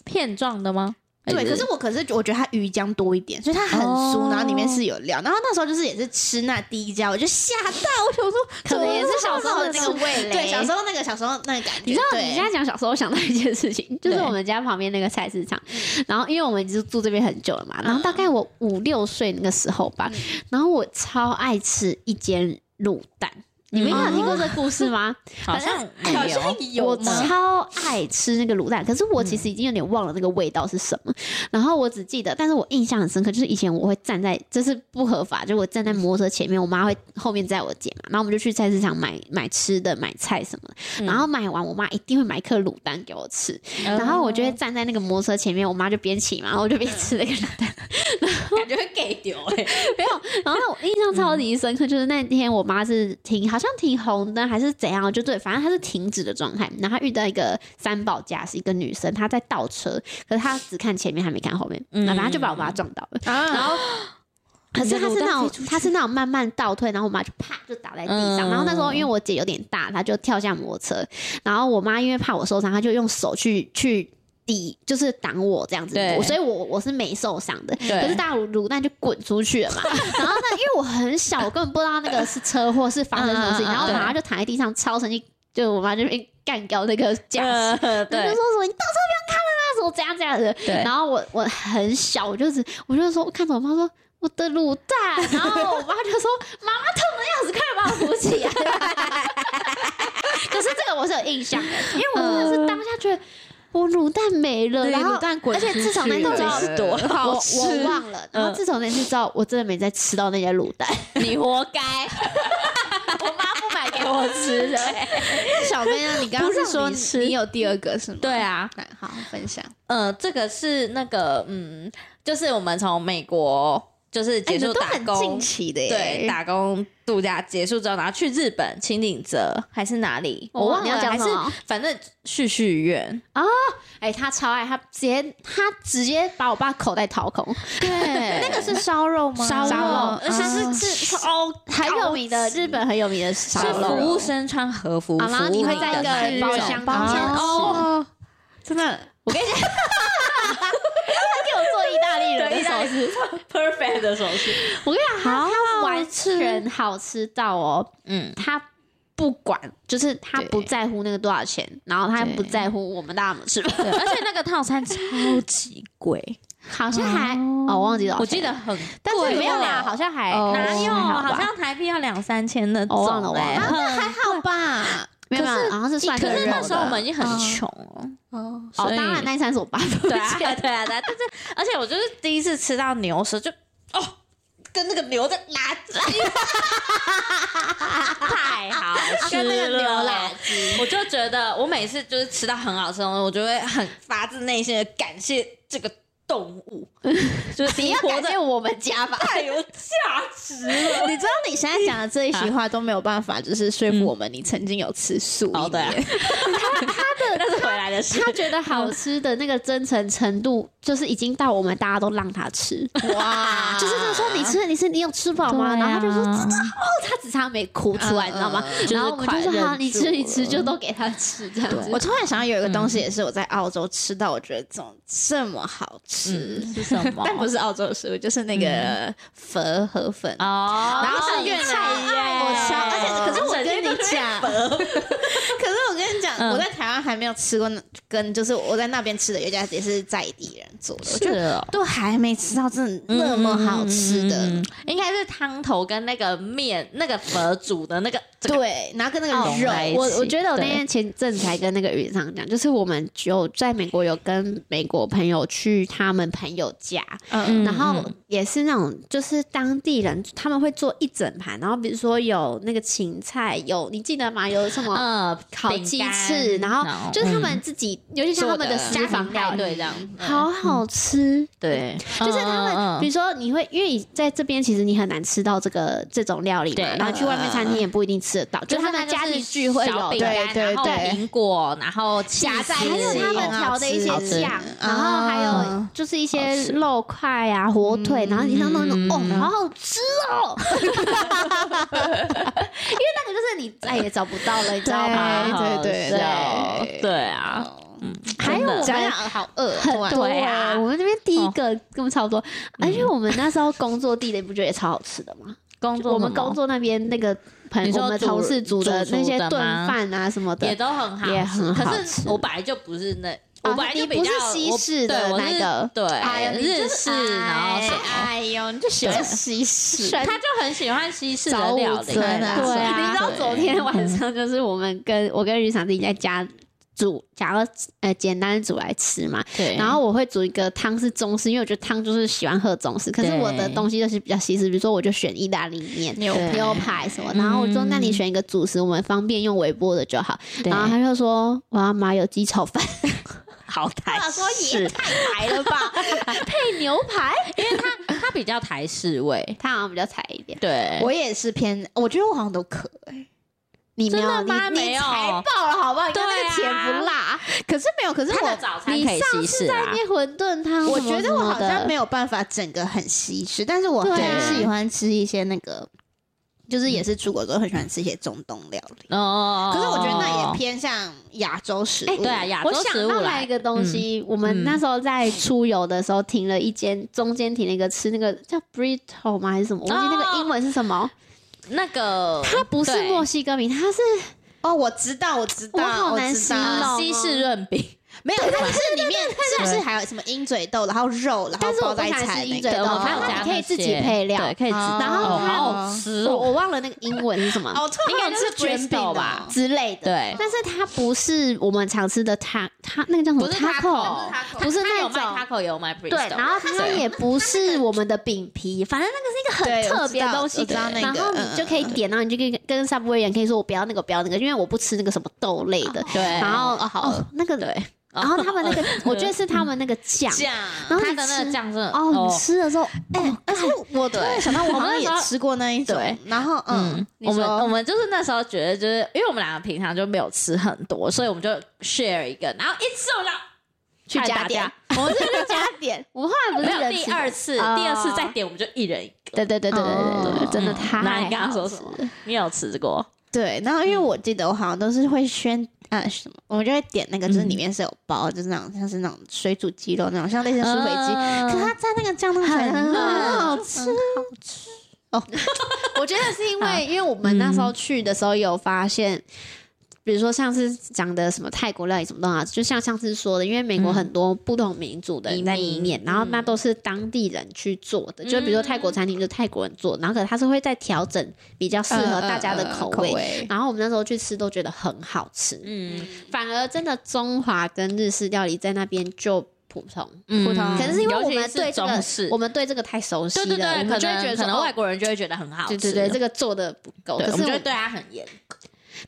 Speaker 1: 片状的吗？
Speaker 2: 对，可是我可是我觉得它鱼浆多一点，所以它很酥，
Speaker 1: 哎哦
Speaker 2: 然后里面是有料。然后那时候就是也是吃那第一家，我就吓到，我想说
Speaker 3: 可能也是小时候的
Speaker 2: 这
Speaker 3: 那个味蕾。
Speaker 2: 对小时候那个小时候那个感觉。
Speaker 3: 你知道，
Speaker 2: 对
Speaker 3: 你现在讲小时候，我想到一件事情，就是
Speaker 1: 对
Speaker 3: 我们家旁边那个菜市场，然后因为我们就住这边很久了
Speaker 2: 嗯
Speaker 3: 嘛，然后大概我五六岁那个时候吧，然后我超爱吃一间卤蛋，你们有听过这个故事吗？
Speaker 1: 好像没
Speaker 2: 好像
Speaker 3: 我
Speaker 2: 有吗？
Speaker 3: 超爱吃那个卤蛋，可是我其实已经有点忘了那个味道是什么。然后我只记得，但是我印象很深刻，就是以前我会站在，这是不合法，就我站在摩托车前面，我妈会后面载我姐嘛，然后我们就去菜市场买买吃的、买菜什么
Speaker 2: 嗯
Speaker 1: 嗯
Speaker 3: 的。然后买完，我妈一定会买一颗卤蛋给我吃，然后我就
Speaker 1: 嗯
Speaker 3: 会站在那个摩托车前面，我妈就边骑嘛，然后我就边吃那个卤蛋。
Speaker 1: 感觉会给丢 哎，
Speaker 3: 没有。然后我印象超级深刻，就是那天我妈是停，好像停红灯还是怎样，就对，反正她是停止的状态。然后她遇到一个三宝驾驶，一个女生，她在倒车，可是她只看前面，还没看后面，
Speaker 1: 嗯
Speaker 3: 然后她就把我妈撞倒了。
Speaker 2: 然
Speaker 1: 啊
Speaker 2: 后
Speaker 3: 可是她是
Speaker 1: 你的
Speaker 3: 那
Speaker 1: 卤蛋飞
Speaker 3: 种，她是那种慢慢倒退，然后我妈就啪就打在地上。
Speaker 1: 嗯
Speaker 3: 然后那时候因为我姐有点大，她就跳下摩托车，然后我妈因为怕我受伤，她就用手去去。抵就是挡我这样子
Speaker 1: 对，
Speaker 3: 所以我我是没受伤的。
Speaker 1: 对
Speaker 3: 可是大卤卤蛋就滚出去了嘛。 然后呢，因为我很小，我根本不知道那个是车祸是发生什么事情，
Speaker 2: 嗯嗯嗯
Speaker 3: 然后我马上就躺在地上，超生气，就我妈就边干掉那个驾驶。
Speaker 1: 呃
Speaker 3: 她就
Speaker 1: 对
Speaker 3: 说什么你倒车不要看了啦，什么这样这样的。
Speaker 1: 对，
Speaker 3: 然后我我很小，我就是我就说我看着我妈说我的卤蛋，然后我妈就说妈妈痛的样子，快点把我扶起来。 可是这个我是有印象的，因为我真的是当下觉得我卤蛋没了，然后
Speaker 2: 蛋滚
Speaker 3: 而且自从那
Speaker 2: 出去
Speaker 3: 次之
Speaker 2: 了
Speaker 3: 后
Speaker 1: 是多
Speaker 3: 我
Speaker 1: 好
Speaker 3: 我忘了。然后自从那次之后，我真的没再吃到那些卤蛋，
Speaker 1: 你活 该，
Speaker 3: 我妈不买给我吃的。
Speaker 2: 小妹啊，你刚刚是
Speaker 3: 不
Speaker 2: 说
Speaker 3: 让你吃
Speaker 2: 你有第二个是 吗？
Speaker 1: 对啊，
Speaker 2: 来，好分享。
Speaker 1: 呃，这个是那个嗯，就是我们从美国就是
Speaker 2: 哎
Speaker 1: 结
Speaker 2: 你
Speaker 1: 束
Speaker 2: 们都
Speaker 1: 打
Speaker 2: 很
Speaker 1: 工
Speaker 2: 近，期的耶，
Speaker 1: 对，打工度假结束之后，然后去日本清景泽还是哪里，
Speaker 3: 我忘了
Speaker 1: 你要
Speaker 3: 讲
Speaker 1: 哦还是
Speaker 3: 什么
Speaker 1: 反正旭旭苑，
Speaker 3: 哎，她超爱，她直接她直接把我爸口袋掏空。
Speaker 2: 对，那个是烧肉吗？
Speaker 3: 烧肉啊嗯
Speaker 1: 而且是是哦，
Speaker 3: 很有名的日本很有名的烧
Speaker 1: 是
Speaker 3: 肉，
Speaker 1: 服务生穿和服，
Speaker 3: 啊然后
Speaker 1: 服务
Speaker 3: 你会
Speaker 1: 的
Speaker 3: 在一个
Speaker 1: 那
Speaker 3: 包
Speaker 1: 种
Speaker 3: 厢
Speaker 1: 包
Speaker 3: 包
Speaker 1: 厢
Speaker 3: 厢
Speaker 2: 哦，真的
Speaker 3: 给我做意大利人的手势。
Speaker 1: perfect 的手势，
Speaker 3: 我跟你讲，他他完全好吃到哦，
Speaker 1: 嗯，
Speaker 3: 他不管，就是他
Speaker 2: 对
Speaker 3: 不在乎那个多少钱，然后他
Speaker 2: 对
Speaker 3: 不在乎我们大家怎么吃，
Speaker 1: 对，而且那个套餐超级贵，
Speaker 3: 好像还哦，我忘记了，
Speaker 1: 我记得很贵，
Speaker 3: 但是没有啦，好像还
Speaker 2: 哦
Speaker 1: 哪有？
Speaker 3: 还吧
Speaker 1: 好像台币要两三千那
Speaker 3: 哦忘了
Speaker 1: 种哎，
Speaker 3: 忘
Speaker 1: 很
Speaker 2: 还好吧？
Speaker 3: 没有，没有
Speaker 1: 可是
Speaker 3: 好像 是算哦
Speaker 1: 可是
Speaker 3: 人
Speaker 1: 那
Speaker 3: 肉
Speaker 1: 时候
Speaker 3: 的
Speaker 1: 我们已经很
Speaker 2: 嗯
Speaker 1: 穷了，
Speaker 2: 哦，
Speaker 3: 哦，
Speaker 1: 所以
Speaker 3: 当然那一餐是我爸 付
Speaker 1: 对啊，
Speaker 3: 钱，
Speaker 1: 对啊，对啊，但是而且我就是第一次吃到牛舌，就哦，
Speaker 2: 跟那个牛在拉鸡，
Speaker 1: 太好吃
Speaker 2: 跟那个牛
Speaker 1: 了
Speaker 2: 拉。鸡，
Speaker 1: 我就觉得，我每次就是吃到很好吃的东西，我就会很
Speaker 2: 发自内心的感谢这个动物，
Speaker 1: 就是你活着
Speaker 3: 我们家吧。
Speaker 1: 太有价值了。
Speaker 2: 你知道你现在讲的这一席话都没有办法，就是说服我们你曾经有吃素。
Speaker 1: 哦对啊
Speaker 2: 一年
Speaker 1: 那是回来的事，
Speaker 3: 他觉得好吃的那个真诚程度，就是已经到我们大家都让他 吃，
Speaker 2: 哇，
Speaker 3: 就是他说你吃了，你吃你有吃饱吗？然后他就说真的
Speaker 1: 说，
Speaker 3: 哦，他只差没哭出来，
Speaker 2: 嗯
Speaker 3: 你知道吗？
Speaker 2: 嗯
Speaker 1: 嗯
Speaker 3: 然后我们就
Speaker 1: 就是
Speaker 3: 说
Speaker 1: 快
Speaker 3: 好，你
Speaker 1: 忍
Speaker 3: 吃
Speaker 1: 住
Speaker 3: 你吃，
Speaker 1: 了
Speaker 3: 就都给他吃这样子
Speaker 2: 我。突然想到有一个东西，也是我在澳洲吃到，我觉得怎么这么好吃，
Speaker 1: 嗯，是什么？
Speaker 2: 但不是澳洲的食物，就是那个佛河粉。
Speaker 1: 哦，
Speaker 2: 然后是越南
Speaker 1: 耶
Speaker 2: 我超，而且可是我跟你讲， 可是我跟你讲，
Speaker 1: 嗯
Speaker 2: 我在台湾还没有吃过那，跟就是我在那边吃的有一家也是在地人做的，我觉得
Speaker 1: 哦。
Speaker 2: 都还没吃到这那么好吃的
Speaker 1: 嗯，应该是汤头跟那个面、那个佛煮的那个这个
Speaker 2: 对，然后跟那
Speaker 1: 哦
Speaker 2: 个肉，
Speaker 1: 来
Speaker 3: 我
Speaker 1: 一
Speaker 3: 我
Speaker 1: 起
Speaker 3: 觉得我那
Speaker 1: 对
Speaker 3: 天前阵才跟那个云上讲，就是我们有在美国有跟美国朋友去他们朋友家，
Speaker 2: 嗯
Speaker 1: 嗯
Speaker 3: 然后也是那种就是当地人他们会做一整盘，然后比如说有那个芹菜，有你记得吗？有什么？
Speaker 1: 呃
Speaker 3: 烤鸡翅，然后就是他们自己，尤其是他们的私房料理，
Speaker 1: 对这样，
Speaker 3: 好好吃。
Speaker 1: 对，
Speaker 3: 就是他
Speaker 1: 嗯
Speaker 3: 们，比如说你会，因为你在这边其实你很难吃到这个这种料理嘛
Speaker 1: 对，嗯
Speaker 3: 然后去外面餐厅也不一定吃得到，就
Speaker 1: 就是
Speaker 3: 他们家庭聚会有
Speaker 1: 小饼
Speaker 3: 对
Speaker 1: 干，
Speaker 2: 对对
Speaker 1: 然后
Speaker 2: 对
Speaker 1: 苹果，然后夹在
Speaker 3: 还
Speaker 1: 一
Speaker 3: 有
Speaker 1: 起，
Speaker 3: 他们调的一
Speaker 2: 好
Speaker 1: 吃
Speaker 3: 些酱，然后还有
Speaker 2: 哦
Speaker 3: 就是一些肉块啊、火腿，然后你像那种
Speaker 1: 嗯
Speaker 3: 哦，好好吃哦， 因为那个就是你哎再也找不到了，你知道吗？
Speaker 2: 对对
Speaker 1: 对
Speaker 2: 对
Speaker 1: 对啊，嗯，
Speaker 3: 还有我
Speaker 2: 想想
Speaker 3: 们。
Speaker 2: 好饿，
Speaker 3: 很
Speaker 2: 突然
Speaker 3: 多
Speaker 1: 对啊哦嗯
Speaker 3: 欸我们那边第一个跟我们差不多，而且我们那时候工作地点不觉得也超好吃的吗？
Speaker 1: 工作
Speaker 3: 我们工作那边那个朋
Speaker 1: 你说
Speaker 3: 我们
Speaker 1: 煮
Speaker 3: 同事煮的
Speaker 1: 煮
Speaker 3: 那些
Speaker 1: 的吗
Speaker 3: 炖饭啊什么的
Speaker 1: 也，都很好吃，
Speaker 3: 也很好
Speaker 1: 可
Speaker 3: 吃
Speaker 1: 是我本来就不是那，
Speaker 3: 哦
Speaker 1: 我本来就
Speaker 3: 你
Speaker 1: 比
Speaker 3: 不
Speaker 1: 较
Speaker 3: 是西
Speaker 1: 我
Speaker 3: 式的
Speaker 1: 对我
Speaker 3: 那
Speaker 1: 是
Speaker 3: 个
Speaker 1: 对，
Speaker 2: 哎呀，你就是
Speaker 1: 日式，然后
Speaker 2: 哎
Speaker 1: 什么。
Speaker 2: 哎呦，你就喜欢西 式，
Speaker 1: 他就很喜欢西式的
Speaker 2: 早午
Speaker 1: 料理，
Speaker 2: 餐啊
Speaker 3: 对
Speaker 2: 对
Speaker 3: 啊，嗯
Speaker 2: 啊
Speaker 3: 你知道昨天晚上就是我们跟我跟日常自己在家煮，想要呃简单煮来吃嘛。
Speaker 1: 对
Speaker 3: 然后我会煮一个汤是中式，因为我觉得汤就是喜欢喝中式，可是我的
Speaker 1: 对
Speaker 3: 东西就是比较西式，比如说我就选意大利面、
Speaker 2: 牛排
Speaker 3: 牛排什么。然后我说
Speaker 1: 嗯
Speaker 3: 那你选一个主食，我们方便用微波的就好。
Speaker 1: 对
Speaker 3: 然后他就说我要麻油鸡炒饭，
Speaker 1: 好台
Speaker 3: 我想说也
Speaker 1: 式，
Speaker 3: 太白了吧，配牛排，
Speaker 1: 他比较台式味，
Speaker 3: 他好像比较柴一点。
Speaker 2: 啊
Speaker 1: 对，
Speaker 2: 我也是偏，我觉得我好像都可哎。
Speaker 3: 你没
Speaker 1: 真
Speaker 3: 有，
Speaker 1: 的
Speaker 3: 你
Speaker 1: 吗没
Speaker 3: 你
Speaker 1: 有
Speaker 3: 才爆了好不好？你看那
Speaker 1: 对
Speaker 3: 个
Speaker 1: 啊
Speaker 3: 钱不辣，
Speaker 2: 可是没有，可是
Speaker 1: 他的
Speaker 2: 我
Speaker 1: 早餐
Speaker 3: 你
Speaker 1: 可以
Speaker 3: 上
Speaker 1: 西
Speaker 3: 次
Speaker 1: 式
Speaker 3: 在
Speaker 1: 啊，
Speaker 3: 念馄饨汤，
Speaker 2: 我觉得我好像没
Speaker 3: 有。
Speaker 2: 有办法整个很西式，但是我
Speaker 3: 对
Speaker 1: 啊
Speaker 2: 很喜欢吃一些那个，就是也是出国之后很喜欢吃一些中东料理。
Speaker 1: 哦，
Speaker 2: 可是我觉得那也偏向亚洲食
Speaker 1: 哎
Speaker 2: 物，
Speaker 1: 对啊，亚
Speaker 3: 我
Speaker 1: 洲食
Speaker 3: 想
Speaker 1: 物
Speaker 3: 到还有
Speaker 1: 来嗯
Speaker 3: 一个东西，我们那时候在出游的时候停了一间，中间停了一个吃那个叫 burrito 吗还是什么？我忘记那个英文是什么。
Speaker 1: 那个，
Speaker 3: 它不是
Speaker 1: 哦对
Speaker 3: 墨西哥米，它是
Speaker 2: 哦，我知道，我知道，
Speaker 3: 我好难
Speaker 2: 我知道
Speaker 3: 形容
Speaker 1: 呃西式润饼，
Speaker 2: 没有，它就是里面是不是还有什么鹰嘴豆，然后肉，然
Speaker 3: 但
Speaker 2: 后
Speaker 3: 是我
Speaker 2: 包在一
Speaker 3: 不
Speaker 2: 起
Speaker 3: 敢
Speaker 2: 那
Speaker 3: 吃
Speaker 2: 个
Speaker 3: 鹰嘴豆
Speaker 1: 对，我
Speaker 3: 反
Speaker 1: 看
Speaker 3: 正
Speaker 1: 加
Speaker 3: 你可以
Speaker 1: 那
Speaker 3: 自己
Speaker 1: 些
Speaker 3: 配料
Speaker 1: 对，可以自己，
Speaker 2: 哦
Speaker 1: 然后
Speaker 3: 它
Speaker 1: 好好吃
Speaker 3: 我
Speaker 1: 哦，
Speaker 3: 我忘了那个英文是什么
Speaker 2: 哦，我突然
Speaker 1: 应该
Speaker 2: 好像
Speaker 1: 就是
Speaker 2: 卷饼
Speaker 1: Bristol
Speaker 2: 哦
Speaker 1: 吧
Speaker 3: 之类的。
Speaker 1: 对
Speaker 3: 但是它不是我们常吃的塔，它那个叫什么
Speaker 1: 不是 taco，
Speaker 3: 不是
Speaker 1: 它
Speaker 3: 那
Speaker 1: 有卖
Speaker 3: 种
Speaker 1: taco 有卖 bristol，
Speaker 3: 对，然后它也不是我们的饼皮，反正那个是一
Speaker 2: 对
Speaker 3: 个很特别的东西
Speaker 2: 我。知道我知道那
Speaker 3: 然
Speaker 2: 个嗯
Speaker 3: 后你就可以点，然后你就可以跟 Subway 人可以说，我不要那个，不要那个，因为我不吃那个什么豆类的。
Speaker 1: 对，
Speaker 3: 然后
Speaker 2: 哦好
Speaker 3: 哦，那个对，然后他们那个，我觉得是他们那个酱。
Speaker 2: 酱。
Speaker 3: 然后
Speaker 1: 它
Speaker 3: 你
Speaker 1: 的那
Speaker 3: 吃
Speaker 1: 个酱真的
Speaker 3: 哦，你吃的时候，
Speaker 2: 哎，而且我突然想到，我好像也吃过那一种
Speaker 1: 对，
Speaker 2: 然后嗯
Speaker 1: 嗯，，
Speaker 2: 你
Speaker 1: 我们
Speaker 2: 说
Speaker 1: 我们就是那时候觉得，就是因为我们两个平常就没有吃很多，所以我们就 share 一个，然后一吃我们
Speaker 2: 去
Speaker 1: 就
Speaker 2: 加点，，我们是去加点，
Speaker 3: 我们后来不
Speaker 1: 没
Speaker 3: 是
Speaker 1: 有
Speaker 3: 人
Speaker 1: 第
Speaker 3: 吃
Speaker 1: 二
Speaker 3: 的，
Speaker 1: 次，
Speaker 3: 哦
Speaker 1: 第二次再点我们就一人一个。
Speaker 3: 对对对对对对对
Speaker 2: 哦
Speaker 3: 对，真的
Speaker 1: 嗯
Speaker 3: 太
Speaker 1: 那你刚刚说
Speaker 3: 好
Speaker 1: 什么
Speaker 3: 吃了？
Speaker 1: 你有吃过？
Speaker 2: 对，然后
Speaker 3: 嗯
Speaker 2: 因为我记得我好像都是会宣啊什么，我就会点那个，就是
Speaker 3: 嗯
Speaker 2: 里面是有包，就是那种像是那种水煮鸡肉那种，像类似酥肥鸡，可
Speaker 3: 啊
Speaker 2: 是它蘸那个酱都
Speaker 3: 嗯很
Speaker 2: 很
Speaker 3: 好
Speaker 2: 好
Speaker 3: 吃
Speaker 2: 吃，好吃。哦，
Speaker 3: 我觉得是因为，因为我们那时候去的时候有发现，比如说上次讲的什么泰国料理什么东西啊，就像上次说的，因为美国很多不同民族的人在里面，然后那都是当地人去做的，就比如说泰国餐厅就泰国人做，然后可能他是会再调整比较适
Speaker 2: 嗯
Speaker 3: 合大家的嗯口
Speaker 2: 口
Speaker 3: 味。然后我们那时候去吃都觉得很好吃，
Speaker 1: 嗯，
Speaker 3: 反而真的中华跟日式料理在那边就普通，
Speaker 1: 嗯
Speaker 2: 普通
Speaker 3: 可能是因为
Speaker 1: 尤
Speaker 3: 我
Speaker 1: 其
Speaker 3: 们
Speaker 1: 是
Speaker 3: 对
Speaker 1: 中
Speaker 3: 这个
Speaker 1: 式
Speaker 3: 我们对这个太熟悉
Speaker 1: 对
Speaker 3: 了，
Speaker 1: 对对，
Speaker 3: 我
Speaker 1: 可
Speaker 3: 们就会觉
Speaker 1: 能
Speaker 3: 得
Speaker 1: 可
Speaker 3: 说
Speaker 1: 能
Speaker 3: 哦
Speaker 1: 外国人就会觉得很好吃，
Speaker 3: 对对对，这个做的不够。
Speaker 1: 对
Speaker 3: 可
Speaker 1: 我
Speaker 3: 是
Speaker 1: 们就会
Speaker 3: 我，
Speaker 1: 对他很严，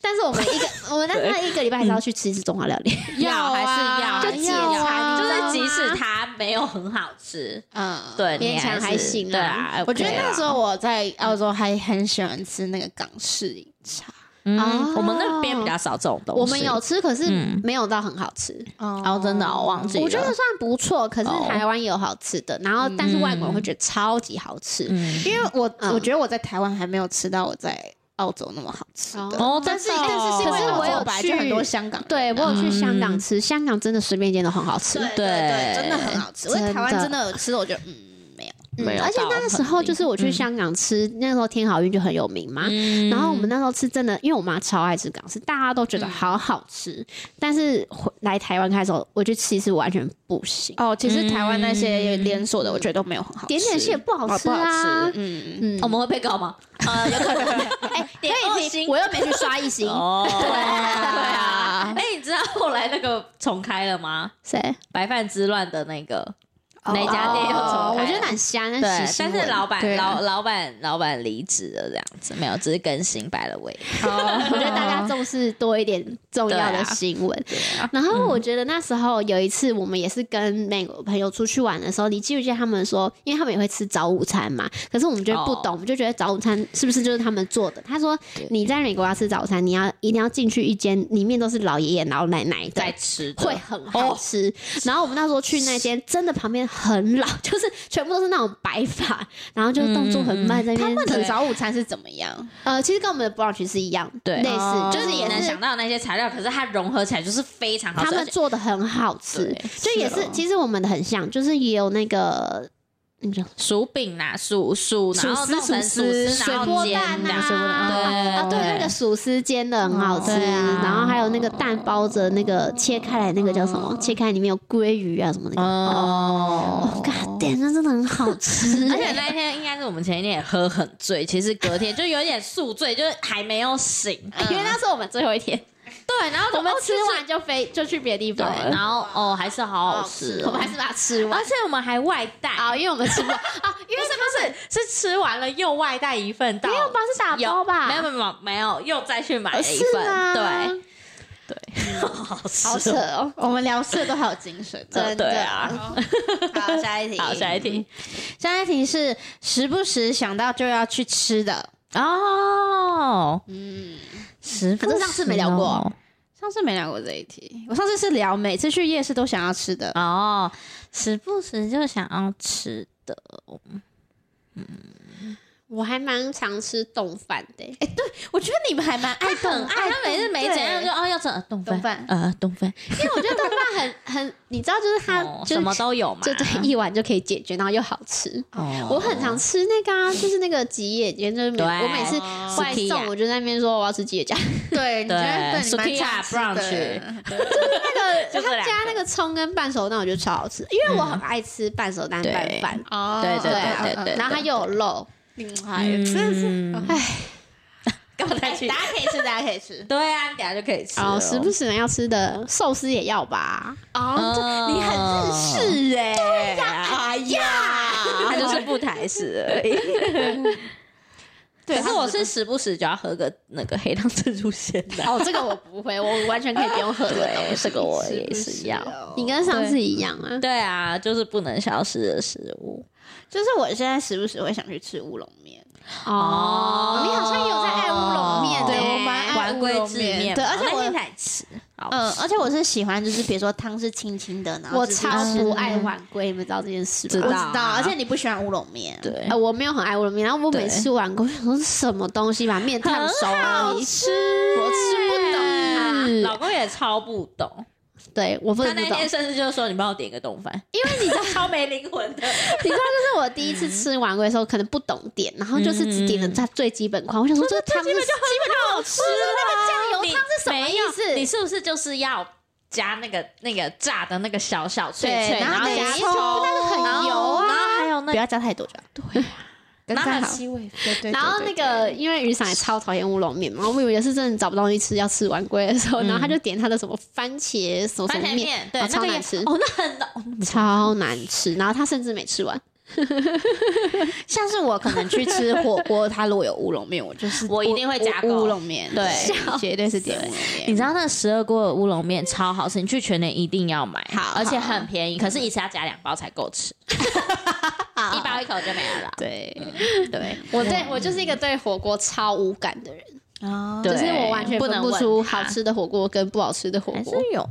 Speaker 3: 但是我 们一个，我们那那一个礼拜还是要去吃一次中华料 理。
Speaker 1: 要还是
Speaker 2: 啊
Speaker 1: 要
Speaker 3: 就
Speaker 1: 还
Speaker 3: 解
Speaker 1: 是
Speaker 2: 要
Speaker 1: 要
Speaker 2: 啊
Speaker 1: 就是即使它没有很好吃，
Speaker 2: 嗯，
Speaker 1: 对，你
Speaker 3: 勉哦强
Speaker 1: 还
Speaker 3: 还
Speaker 1: 是
Speaker 3: 行啊
Speaker 1: 对啊。
Speaker 2: 我觉得
Speaker 1: OK 啊
Speaker 2: 那时候我在澳洲还很喜欢吃那个港式饮茶，
Speaker 3: 哦
Speaker 1: 嗯，我们那边比较少这种东西，
Speaker 3: 我们有吃，可是
Speaker 1: 嗯
Speaker 3: 没有到很好吃。
Speaker 2: 哦
Speaker 1: 真的哦忘记
Speaker 3: 嗯我觉得
Speaker 1: 了
Speaker 3: 算不错，可是
Speaker 1: 哦
Speaker 3: 台湾也有好吃的，然后但是外国人会觉得超级好吃。
Speaker 1: 嗯，
Speaker 2: 因为我
Speaker 3: 嗯
Speaker 2: 我觉得我在台湾还没有吃到我在澳洲那么好吃的，
Speaker 3: 哦
Speaker 1: 但是
Speaker 2: 但是是因
Speaker 3: 可是
Speaker 2: 为
Speaker 3: 我有
Speaker 2: 澳洲本来就
Speaker 3: 去
Speaker 2: 很多香港人
Speaker 3: 对我有去香港吃，香港真的随便一间都很好吃。
Speaker 2: 对对，真的很好吃。我在台湾
Speaker 3: 真的
Speaker 2: 真的有吃，我觉得嗯没有，
Speaker 3: 嗯
Speaker 1: 没有
Speaker 3: 而且
Speaker 1: 到
Speaker 3: 那个时
Speaker 1: 很
Speaker 3: 候
Speaker 1: 厉
Speaker 3: 就是我去
Speaker 1: 嗯
Speaker 3: 香港吃，那时候天好运就很有名嘛。嗯然后我们那时候吃真的，因为我妈超爱吃港式，大家都觉得好好吃，但是回来台湾开始后，我去吃一次完全不行，
Speaker 2: 哦，其实台湾那些连锁的，我觉得都没有很好吃，
Speaker 3: 嗯点点蟹不好
Speaker 2: 哦
Speaker 3: 吃
Speaker 2: 不好
Speaker 3: 啊。
Speaker 2: 吃，嗯，
Speaker 3: 嗯
Speaker 1: 哦我们会被告 吗？呃，有 可能
Speaker 3: 哎，可
Speaker 1: 二
Speaker 3: 以可以，
Speaker 1: 星
Speaker 3: 我又没去刷一星。
Speaker 1: 哦，对
Speaker 2: 啊
Speaker 1: 啊。哎，你知道后来那个重开了吗？
Speaker 3: 谁？
Speaker 1: 白饭之乱的那个哪家店又重开了？
Speaker 3: 哦我觉得蛮香，
Speaker 1: 对，
Speaker 3: 但是
Speaker 1: 但是老板
Speaker 2: 对啊
Speaker 1: 老老板老板离职了，这样子没有，只是更新白了味。
Speaker 2: 我
Speaker 3: 我觉得大家重视多一点重要的新闻。然后我觉得那时候有一次，我们也是跟美国朋友出去玩的时候，你记不记得他们说，因为他们也会吃早午餐嘛，可是我们就不懂，
Speaker 1: 哦
Speaker 3: 我们就觉得早午餐是不是就是他们做的？他说
Speaker 1: 对
Speaker 3: 你在美国要吃早餐，你要一定要进去一间里面都是老爷爷老奶奶的
Speaker 1: 在。吃的
Speaker 3: 会很好吃，然后我们那时候去那间，真的旁边很老， 就是全部都是那种白发，然后就动作很慢，在那
Speaker 2: 他
Speaker 3: 边
Speaker 2: 们
Speaker 3: 走
Speaker 2: 的早午餐是怎么样？
Speaker 3: 呃，其实跟我们的 brunch 是一样，
Speaker 1: 对
Speaker 3: 类似
Speaker 2: 哦，
Speaker 3: 就
Speaker 1: 就是是
Speaker 3: 也
Speaker 1: 也能
Speaker 3: 是
Speaker 1: 想到那些材料，可是它融合起来就是非常好吃。
Speaker 3: 他们
Speaker 1: 而且
Speaker 3: 做的很好吃
Speaker 1: 对，
Speaker 3: 就也是
Speaker 2: 是哦
Speaker 3: 其实我们的很像，就是也有那个那个叫
Speaker 1: 薯饼啦，薯薯，然后
Speaker 2: 丝
Speaker 1: 弄成薯
Speaker 2: 薯
Speaker 1: 丝，
Speaker 2: 丝水
Speaker 1: 然
Speaker 3: 水
Speaker 1: 后
Speaker 3: 波
Speaker 1: 煎
Speaker 3: 蛋
Speaker 1: 这
Speaker 3: 啊，
Speaker 1: 样
Speaker 2: 水波蛋哦
Speaker 3: 啊，对，
Speaker 1: 对
Speaker 3: 那个薯丝煎的很好吃，
Speaker 2: 哦对啊
Speaker 3: 然后还有那个蛋包着那个切开来那个叫什么？切开里面有鲑鱼啊什么那个，
Speaker 1: 哦，
Speaker 3: 哦，god damn，那真的很好吃
Speaker 1: 而且那一天应该是我们前一天也喝很醉，其实隔天就有点宿醉，就是还没有醒。
Speaker 3: 啊因为那是我们最后一天，
Speaker 1: 对，然后
Speaker 3: 我们
Speaker 1: 哦
Speaker 3: 吃完就飞就去别的地
Speaker 1: 对
Speaker 3: 方，
Speaker 1: 然
Speaker 3: 了，
Speaker 1: 后哦还是好好吃
Speaker 3: 我
Speaker 1: 哦
Speaker 3: 们，还是把它吃完
Speaker 1: 而。且我们还外带
Speaker 3: 啊，因为我们吃不完啊，因为
Speaker 1: 不是不是是吃完了又外带一份到，
Speaker 3: 没有吧？是打
Speaker 1: 有
Speaker 3: 包吧？
Speaker 1: 没有没有没有没有，又再去买了一
Speaker 3: 是
Speaker 1: 份，
Speaker 3: 啊，
Speaker 1: 对，好吃
Speaker 3: 好扯
Speaker 1: 哦
Speaker 2: 我
Speaker 3: 哦。
Speaker 2: 们聊色都好有精神，哦
Speaker 3: 真的
Speaker 1: 对啊，
Speaker 2: 好， 下一题，
Speaker 1: 好，下一题
Speaker 2: 下一题是时不时想到就要去吃的，
Speaker 3: 嗯
Speaker 1: 哦，
Speaker 2: 嗯，
Speaker 1: 十
Speaker 3: 可是上次没聊过
Speaker 2: 上次没聊过这一题，我上次是聊每次去夜市都想要吃的，
Speaker 1: 哦，时不时就想要吃的，
Speaker 3: 我还蛮常吃冻饭的欸，
Speaker 2: 我觉得你们还蛮爱
Speaker 1: 很
Speaker 2: 动，
Speaker 1: 爱，他每次没怎样就
Speaker 2: 对
Speaker 1: 哦要吃呃冻
Speaker 2: 冻
Speaker 1: 饭
Speaker 2: 饭，
Speaker 1: 呃冻饭，
Speaker 3: 因为我觉得冻饭很很，你知道，就是它
Speaker 1: 哦
Speaker 3: 就
Speaker 1: 什么都有嘛，
Speaker 3: 就对，一碗就可以解决，然后又好吃。
Speaker 1: 哦
Speaker 3: 我很常吃那个啊，就是那个吉野家，就是每
Speaker 1: 对
Speaker 3: 我每次外
Speaker 1: Sukiya
Speaker 3: 送，我就在那边说我要吃吉野 家，
Speaker 2: 对，你觉得
Speaker 1: 对
Speaker 2: 对你蛮
Speaker 1: Sukiya
Speaker 2: 常吃
Speaker 1: brunch
Speaker 2: 的，
Speaker 3: 那
Speaker 1: 就这
Speaker 3: 个他
Speaker 1: 两个
Speaker 3: 加那个嗯葱跟半熟蛋，我觉得超好吃，因为我很爱吃半熟蛋
Speaker 1: 对
Speaker 3: 拌饭，
Speaker 2: 哦
Speaker 1: 对对
Speaker 3: 啊
Speaker 1: 对对对
Speaker 3: 然后它又有肉，
Speaker 2: 嗯，哎真的是，
Speaker 1: 干嘛再去？
Speaker 2: 哎 大家可以吃，大家可以吃。
Speaker 1: 对啊，你等下就可以吃
Speaker 3: 哦，
Speaker 1: 了
Speaker 3: 时不时要吃的寿司也要吧？
Speaker 2: 哦，这你很日式哎，
Speaker 3: 欸
Speaker 2: 对呀，
Speaker 1: 哦
Speaker 2: 哎呀，
Speaker 1: 它欸就是不台式而已。
Speaker 2: 对
Speaker 1: 可是我是时不时就要喝个那个黑糖珍珠鲜 奶。
Speaker 2: 哦，这个我不会，我完全可以不用喝
Speaker 1: 对，这个我也是要。
Speaker 3: 你跟上次一样啊？
Speaker 1: 对啊，就是不能消失的食物。
Speaker 2: 就是我现在时不时会想去吃乌龙面，
Speaker 1: 哦
Speaker 3: 你好像也有在爱乌龙面
Speaker 2: 对
Speaker 3: 欸
Speaker 2: 我蛮爱
Speaker 1: 丸龟之面嘛，
Speaker 2: 对而
Speaker 3: 哦
Speaker 2: 且我
Speaker 1: 现在吃，好
Speaker 2: 嗯，
Speaker 1: 吃
Speaker 2: 而且我是喜欢，就是比如说汤是清清的，然后
Speaker 3: 我
Speaker 2: 就是
Speaker 3: 超
Speaker 2: 吃
Speaker 3: 不爱晚归，你们知道这件事
Speaker 1: 知
Speaker 2: 我
Speaker 1: 道
Speaker 3: 吗？
Speaker 2: 知道，而且你不喜欢乌龙面，
Speaker 1: 对
Speaker 3: 呃，，我没有很爱乌龙面，然后我每
Speaker 1: 对
Speaker 3: 次晚归，我想说是什么东西把面烫熟啊而已，
Speaker 1: 吃，啊
Speaker 3: 我吃不懂。
Speaker 1: 老公也超不懂，
Speaker 3: 对我不
Speaker 1: 他
Speaker 3: 能
Speaker 1: 那
Speaker 3: 不懂，
Speaker 1: 天甚至就说：“你帮我点一个冻饭。” 因为你知道超没灵魂的，
Speaker 3: 你知道，就是我第一次吃晚归的时候，可能不懂点，然后就是只点了它最基本款，我想说这个汤是
Speaker 1: 本好吃啊了。
Speaker 3: 酱油汤是什么意
Speaker 1: 你
Speaker 3: 思？
Speaker 1: 是不是就是要加那个那个炸的那个小小脆脆，
Speaker 2: 对然
Speaker 1: 然
Speaker 2: 后
Speaker 1: 后
Speaker 2: 加
Speaker 1: 加
Speaker 2: 葱
Speaker 3: 那个很油啊
Speaker 1: 然后还有那
Speaker 2: 不要加太多就好。对，
Speaker 1: 然后还有
Speaker 2: 好。
Speaker 1: 七味
Speaker 2: 对对对
Speaker 3: 然后那个，因为雨伞也超讨厌乌龙面嘛，我们有一次真的找不到东西吃，要吃嗯晚归的时候，然后他就点他的什么番茄什么
Speaker 1: 番
Speaker 3: 什么
Speaker 1: 茄面，对，
Speaker 3: 哦
Speaker 1: 那
Speaker 3: 超
Speaker 1: 个
Speaker 3: 难
Speaker 1: 也
Speaker 3: 吃
Speaker 1: 哦，那很哦
Speaker 3: 超难吃，然后他甚至没吃完。
Speaker 2: 像是我可能去吃火锅，它如果有乌龙面， 我就是
Speaker 1: 我一定会加购
Speaker 2: 乌乌龙面，对，绝对是点乌龙
Speaker 1: 你
Speaker 2: 面。
Speaker 1: 知道那十二锅的乌龙面超好吃，你去全年一定要买，
Speaker 2: 好
Speaker 1: 而且
Speaker 2: 好
Speaker 1: 很便宜，可是一次要加两包才够吃，一包一口就没了啦。
Speaker 2: 对，
Speaker 3: 对我对我就是一个对火锅超无感的人，
Speaker 2: 哦，
Speaker 1: 对
Speaker 3: 就是我完全
Speaker 1: 不
Speaker 3: 分
Speaker 1: 能
Speaker 3: 不
Speaker 1: 问
Speaker 3: 出
Speaker 1: 他
Speaker 3: 好吃的火锅跟不好吃的火锅。
Speaker 1: 有，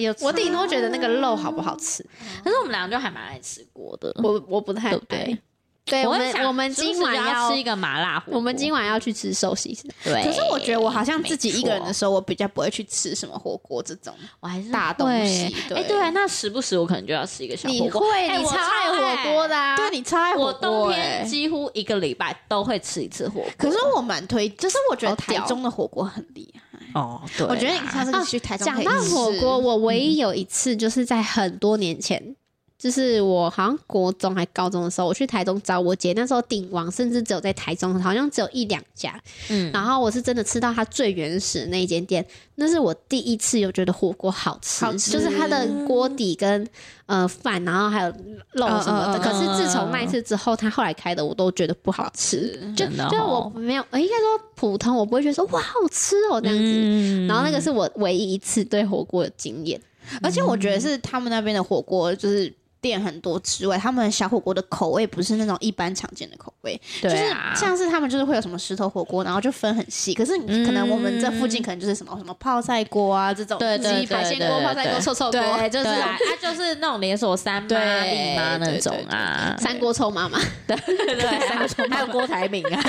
Speaker 1: 有
Speaker 3: 我顶多觉得那个肉好不好吃，
Speaker 1: 可是我们两个就还蛮爱吃锅的。
Speaker 3: 我我不太
Speaker 1: 对不对
Speaker 3: 爱。嗯对我
Speaker 1: 会
Speaker 3: 们
Speaker 1: 想
Speaker 3: 我们
Speaker 1: 是不是
Speaker 3: 今晚
Speaker 1: 就
Speaker 3: 要
Speaker 1: 吃一个麻辣火锅，
Speaker 3: 我们今晚要去吃寿喜，
Speaker 1: 对。
Speaker 2: 可是我觉得我好像自己一个人
Speaker 1: 没
Speaker 2: 的
Speaker 1: 错，
Speaker 2: 时候，我比较不会去吃什么火锅这种
Speaker 1: 我还是
Speaker 2: 大东西
Speaker 1: 会。
Speaker 2: 对
Speaker 1: 哎，对啊，那时不时我可能就要吃一个小火
Speaker 3: 你
Speaker 1: 锅。
Speaker 3: 会
Speaker 1: 哎
Speaker 3: 你
Speaker 1: 我
Speaker 3: 超
Speaker 1: 超
Speaker 3: 爱火锅的啊！
Speaker 2: 对你超爱
Speaker 1: 我
Speaker 2: 火
Speaker 1: 冬
Speaker 2: 锅
Speaker 1: 天
Speaker 2: 哎。
Speaker 1: 几乎一个礼拜都会吃一次火锅。
Speaker 2: 可是我蛮推，就是我觉得
Speaker 3: 好
Speaker 2: 台
Speaker 3: 屌
Speaker 2: 中的火锅很厉害。
Speaker 1: 哦，对
Speaker 2: 我觉得你下次
Speaker 3: 啊
Speaker 2: 去台中可
Speaker 3: 讲
Speaker 2: 以
Speaker 3: 到火
Speaker 2: 试嗯
Speaker 3: 锅，我唯一有一次就是在很多年前，就是我好像国中还高中的时候，我去台中找我姐，那时候鼎王甚至只有在台中，好像只有一两家。
Speaker 1: 嗯，
Speaker 3: 然后我是真的吃到它最原始那一间店，那是我第一次有觉得火锅好吃，
Speaker 2: 好吃
Speaker 3: 就是它的锅底跟呃饭，然后还有肉什么
Speaker 2: 嗯
Speaker 3: 的。
Speaker 2: 嗯嗯
Speaker 3: 可是自从那一次之后，它后来开的我都觉得不好吃，就
Speaker 1: 真的
Speaker 3: 就
Speaker 1: 哦
Speaker 3: 我没有，呃应该说普通，我不会觉得说哇好吃哦这样子。
Speaker 1: 嗯
Speaker 3: 然后那个是我唯一一次对火锅的经验。
Speaker 2: 而且我觉得是他们那边的火锅就是店很多之外，他们小火锅的口味不是那种一般常见的口味，
Speaker 1: 对啊
Speaker 2: 就是像是他们就是会有什么石头火锅，然后就分很细。可是你可能我们这附近可能就是什么什么泡菜锅啊这种，
Speaker 1: 对对对
Speaker 2: 鸡排鲜锅、
Speaker 1: 对
Speaker 2: 泡菜锅、
Speaker 1: 对
Speaker 2: 臭臭锅，
Speaker 1: 对，就是
Speaker 2: 对
Speaker 1: 啊，它就是那种连锁三妈、
Speaker 2: 对
Speaker 1: 丽妈那
Speaker 2: 对
Speaker 1: 种啊，
Speaker 3: 三锅臭妈妈，
Speaker 1: 对 对，还有郭台铭啊，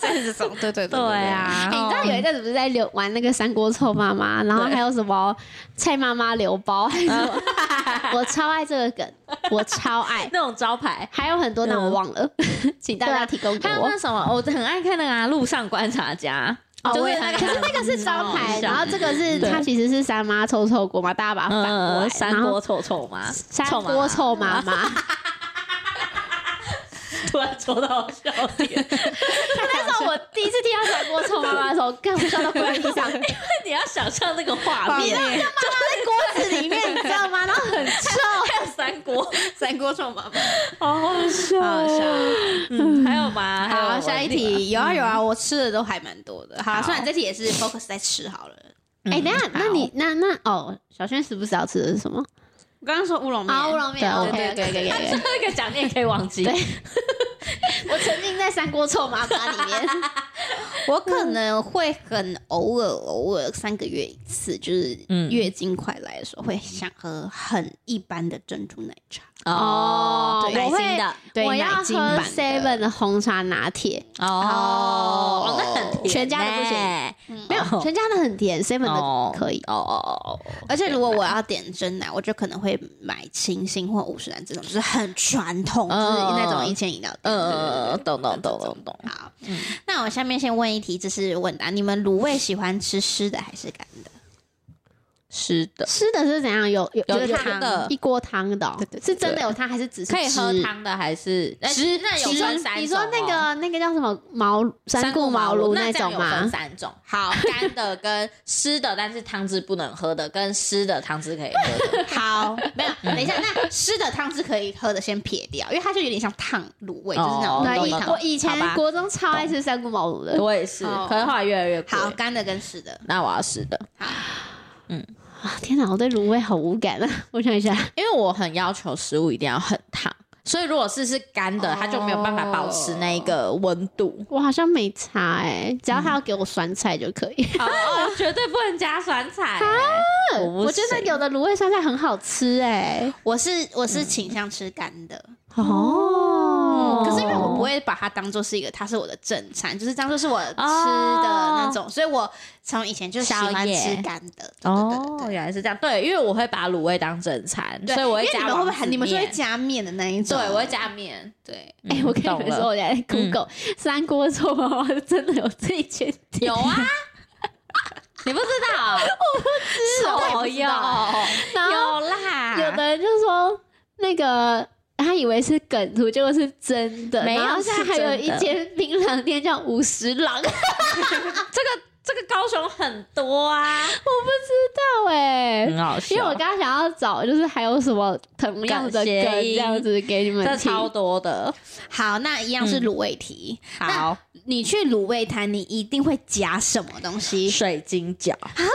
Speaker 2: 这种，对对
Speaker 1: 对。啊，
Speaker 3: 哎你知道有一阵子不是在流玩那个三锅臭妈妈，然后还有什么蔡妈妈留包，还有 什么我超爱这个梗，我超爱，
Speaker 1: 那种招牌。
Speaker 3: 还有很多
Speaker 1: 嗯
Speaker 3: 但我忘了， 请大家提供给
Speaker 1: 还有
Speaker 3: 我
Speaker 1: 那。什么，我很爱看那个啊，路上观察家，
Speaker 3: 哦
Speaker 1: 就
Speaker 3: 我也
Speaker 1: 是
Speaker 3: 很
Speaker 1: 那个，
Speaker 3: 可 是那个是招
Speaker 1: 很
Speaker 3: 牌，
Speaker 1: 好笑
Speaker 3: 然后这个是它其实是三妈臭臭锅嘛，大家把它反过来，
Speaker 1: 嗯，三
Speaker 3: 然后
Speaker 1: 锅臭臭吗？
Speaker 3: 三
Speaker 1: 臭妈
Speaker 3: 锅
Speaker 1: 妈
Speaker 3: 臭妈 妈，
Speaker 1: 突然戳到我笑 点，
Speaker 3: 那时候我第一次听到三锅臭妈妈的时候，看我笑到跪在地 上，
Speaker 1: 你要想象那个
Speaker 2: 画
Speaker 1: 画面，
Speaker 2: 面
Speaker 3: 锅子里面，你知道吗？然后很臭，
Speaker 1: 还有三锅，
Speaker 2: 三锅臭妈妈，
Speaker 1: 好好笑
Speaker 2: 好
Speaker 1: 哦
Speaker 2: 笑。
Speaker 1: 嗯，还有吗？还
Speaker 2: 好，
Speaker 1: 有
Speaker 2: 下一
Speaker 1: 另外。
Speaker 2: 题有啊有啊，我吃的都还蛮多的。好，
Speaker 1: 好
Speaker 2: 虽然这题也是 focus 在吃好了。
Speaker 1: 嗯
Speaker 3: 哎、等一下，那
Speaker 1: 好
Speaker 3: 你那那哦，小轩时不时要吃的是什么？啊
Speaker 2: 我刚刚说啊乌龙
Speaker 1: 嗯
Speaker 2: 面，
Speaker 3: 龙
Speaker 2: 面哦
Speaker 3: ，OK
Speaker 2: 对对
Speaker 3: OK
Speaker 2: 对
Speaker 3: OK
Speaker 2: 对
Speaker 3: OK。
Speaker 1: 那个奖你也可以忘记，
Speaker 3: 我沉浸在三锅臭麻烦里面，
Speaker 2: 我可
Speaker 1: 嗯
Speaker 2: 能会很偶尔偶尔三个月一次，就是
Speaker 1: 嗯
Speaker 2: 月经快来的时候，会想喝很一般的珍珠奶茶。
Speaker 3: 哦
Speaker 1: 对
Speaker 3: 我
Speaker 1: 奶
Speaker 3: 会
Speaker 1: 精的
Speaker 2: 对
Speaker 3: 我要
Speaker 2: 奶精
Speaker 3: 喝
Speaker 2: 版的
Speaker 3: Seven 的红茶拿铁，
Speaker 1: 哦
Speaker 2: 哦，
Speaker 1: 那很甜
Speaker 3: 全家的不行
Speaker 1: 欸
Speaker 3: 没有全家的很甜，Seven
Speaker 1: 哦
Speaker 3: 的可以。
Speaker 1: 哦哦哦哦，
Speaker 2: 而且如果我要点真奶，我就可能会买清新或五十岚这种，就是很传统，就
Speaker 1: 嗯
Speaker 2: 是那种一千饮料店。
Speaker 1: 呃，
Speaker 2: 对
Speaker 1: 懂懂懂懂懂。
Speaker 2: 好，那我下面先问一题，这是问答，你们卤味喜欢吃湿的还是干 的？
Speaker 1: 是的，
Speaker 3: 吃的是怎样？有有
Speaker 1: 有
Speaker 3: 有
Speaker 1: 汤的
Speaker 3: 一锅汤的哦
Speaker 2: 对对，对
Speaker 3: 是真的有汤还是只是
Speaker 1: 可以喝
Speaker 3: 汁？
Speaker 1: 汤的还是呃
Speaker 3: 汁
Speaker 1: 那有
Speaker 3: 你说
Speaker 1: 分三种哦
Speaker 3: 你说那个那个叫什么毛三顾
Speaker 1: 毛
Speaker 3: 茅
Speaker 1: 炉
Speaker 3: 庐那种
Speaker 1: 这样有分
Speaker 3: 吗？
Speaker 1: 三种，好， 干的跟湿的，但是汤汁不能喝的，跟湿的汤汁可以喝 的。
Speaker 2: 好，没有，
Speaker 1: 嗯
Speaker 2: 等一下，那湿的汤汁可以喝的先撇掉，因为它就有点像烫卤味，就是那
Speaker 1: 哦懂
Speaker 2: 种
Speaker 3: 对，
Speaker 1: 懂
Speaker 2: 浓
Speaker 3: 以
Speaker 1: 懂
Speaker 2: 汤
Speaker 3: 我。以
Speaker 1: 好吧
Speaker 3: 前国中超爱吃三顾茅庐的，
Speaker 1: 我也是
Speaker 2: 哦
Speaker 1: 可是后来越来越贵
Speaker 2: 好，，干的跟湿的。
Speaker 1: 那我要湿的，
Speaker 3: 啊天哪，我对卤味好无感啊！ 我想一下，
Speaker 1: 因为我很要求食物一定要很烫，所以如果是是干的，
Speaker 2: 哦
Speaker 1: 它就没有办法保持那一个温度。
Speaker 3: 我好像没查哎、只要他要给我酸菜就可以。
Speaker 1: 哦， 哦绝对不能加酸菜欸。我不
Speaker 3: 觉得
Speaker 1: 行
Speaker 3: 有的卤味酸菜很好吃哎、
Speaker 2: 我是我是倾向吃干的，
Speaker 3: 哦
Speaker 2: 嗯可是因为我不会把它当做是一个，它是我的正餐，就是当做是我吃的
Speaker 1: 哦
Speaker 2: 那种，所以我从以前就喜欢
Speaker 1: 宵夜
Speaker 2: 吃干的。对对
Speaker 1: 哦，原来是这样。对，因为我会把卤味当正餐，
Speaker 2: 对对对，
Speaker 1: 所以我会
Speaker 2: 哦因为
Speaker 1: 加
Speaker 2: 你们会不
Speaker 1: 王子
Speaker 2: 会你们就会
Speaker 1: 面
Speaker 2: 加面的那一种？
Speaker 1: 对，我会加面。
Speaker 2: 对，
Speaker 3: 哎、我跟你
Speaker 1: 嗯懂
Speaker 3: 们
Speaker 1: 了嗯
Speaker 3: 说，我在 Google、三锅臭妈妈真的有这一间店，
Speaker 1: 有 啊，你不知道？我不知
Speaker 2: 道
Speaker 3: 然后
Speaker 1: 有啦，
Speaker 3: 有的人就说那个。他以为是梗图，结果是真的。
Speaker 1: 没有
Speaker 3: 然后现在
Speaker 1: 是
Speaker 3: 还有
Speaker 1: 真
Speaker 3: 一
Speaker 1: 的
Speaker 3: 间槟榔店叫五十郎，
Speaker 1: 这个这个高雄很多啊，
Speaker 3: 对、
Speaker 1: 很好笑，
Speaker 3: 因为我刚刚想要找，就是还有什么同样的
Speaker 1: 梗谐
Speaker 3: 梗这
Speaker 1: 音
Speaker 3: 样子给你们
Speaker 1: 这
Speaker 3: 听。
Speaker 1: 超多的。
Speaker 2: 好，那一样是卤味题。
Speaker 1: 好，
Speaker 2: 你去卤味摊，你一定会夹什么东西
Speaker 1: 水晶饺
Speaker 2: 嗯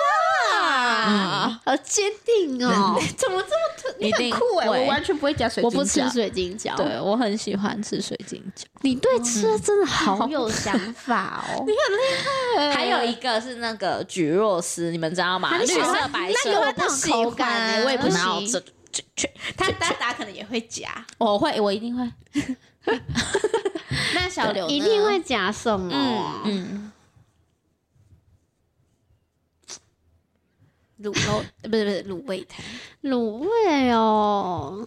Speaker 2: 啊？
Speaker 3: 好坚定哦！
Speaker 2: 怎么这么特？
Speaker 1: 一定
Speaker 2: 欸
Speaker 1: 会
Speaker 2: 全不会夹水
Speaker 3: 我不吃水晶饺，
Speaker 1: 对我很喜欢吃水晶饺。
Speaker 3: 你对吃真的好有想法哦。
Speaker 2: 呃
Speaker 1: 还有一个是那个蒟蒻丝，你们知道吗？
Speaker 3: 啊
Speaker 1: 绿
Speaker 3: 你喜欢
Speaker 1: 色白
Speaker 3: 那
Speaker 1: 色，
Speaker 3: 有
Speaker 1: 我
Speaker 3: 那种口感欸我也不
Speaker 1: 不哪有
Speaker 3: 行
Speaker 1: 这这这，
Speaker 2: 他大家可能也会夹。
Speaker 1: 我会，我一定会。
Speaker 2: 那小刘呢
Speaker 3: 一定会夹什么？
Speaker 2: 嗯
Speaker 1: 嗯，
Speaker 2: 卤肉， 不是不是卤味摊。
Speaker 3: 卤味哦，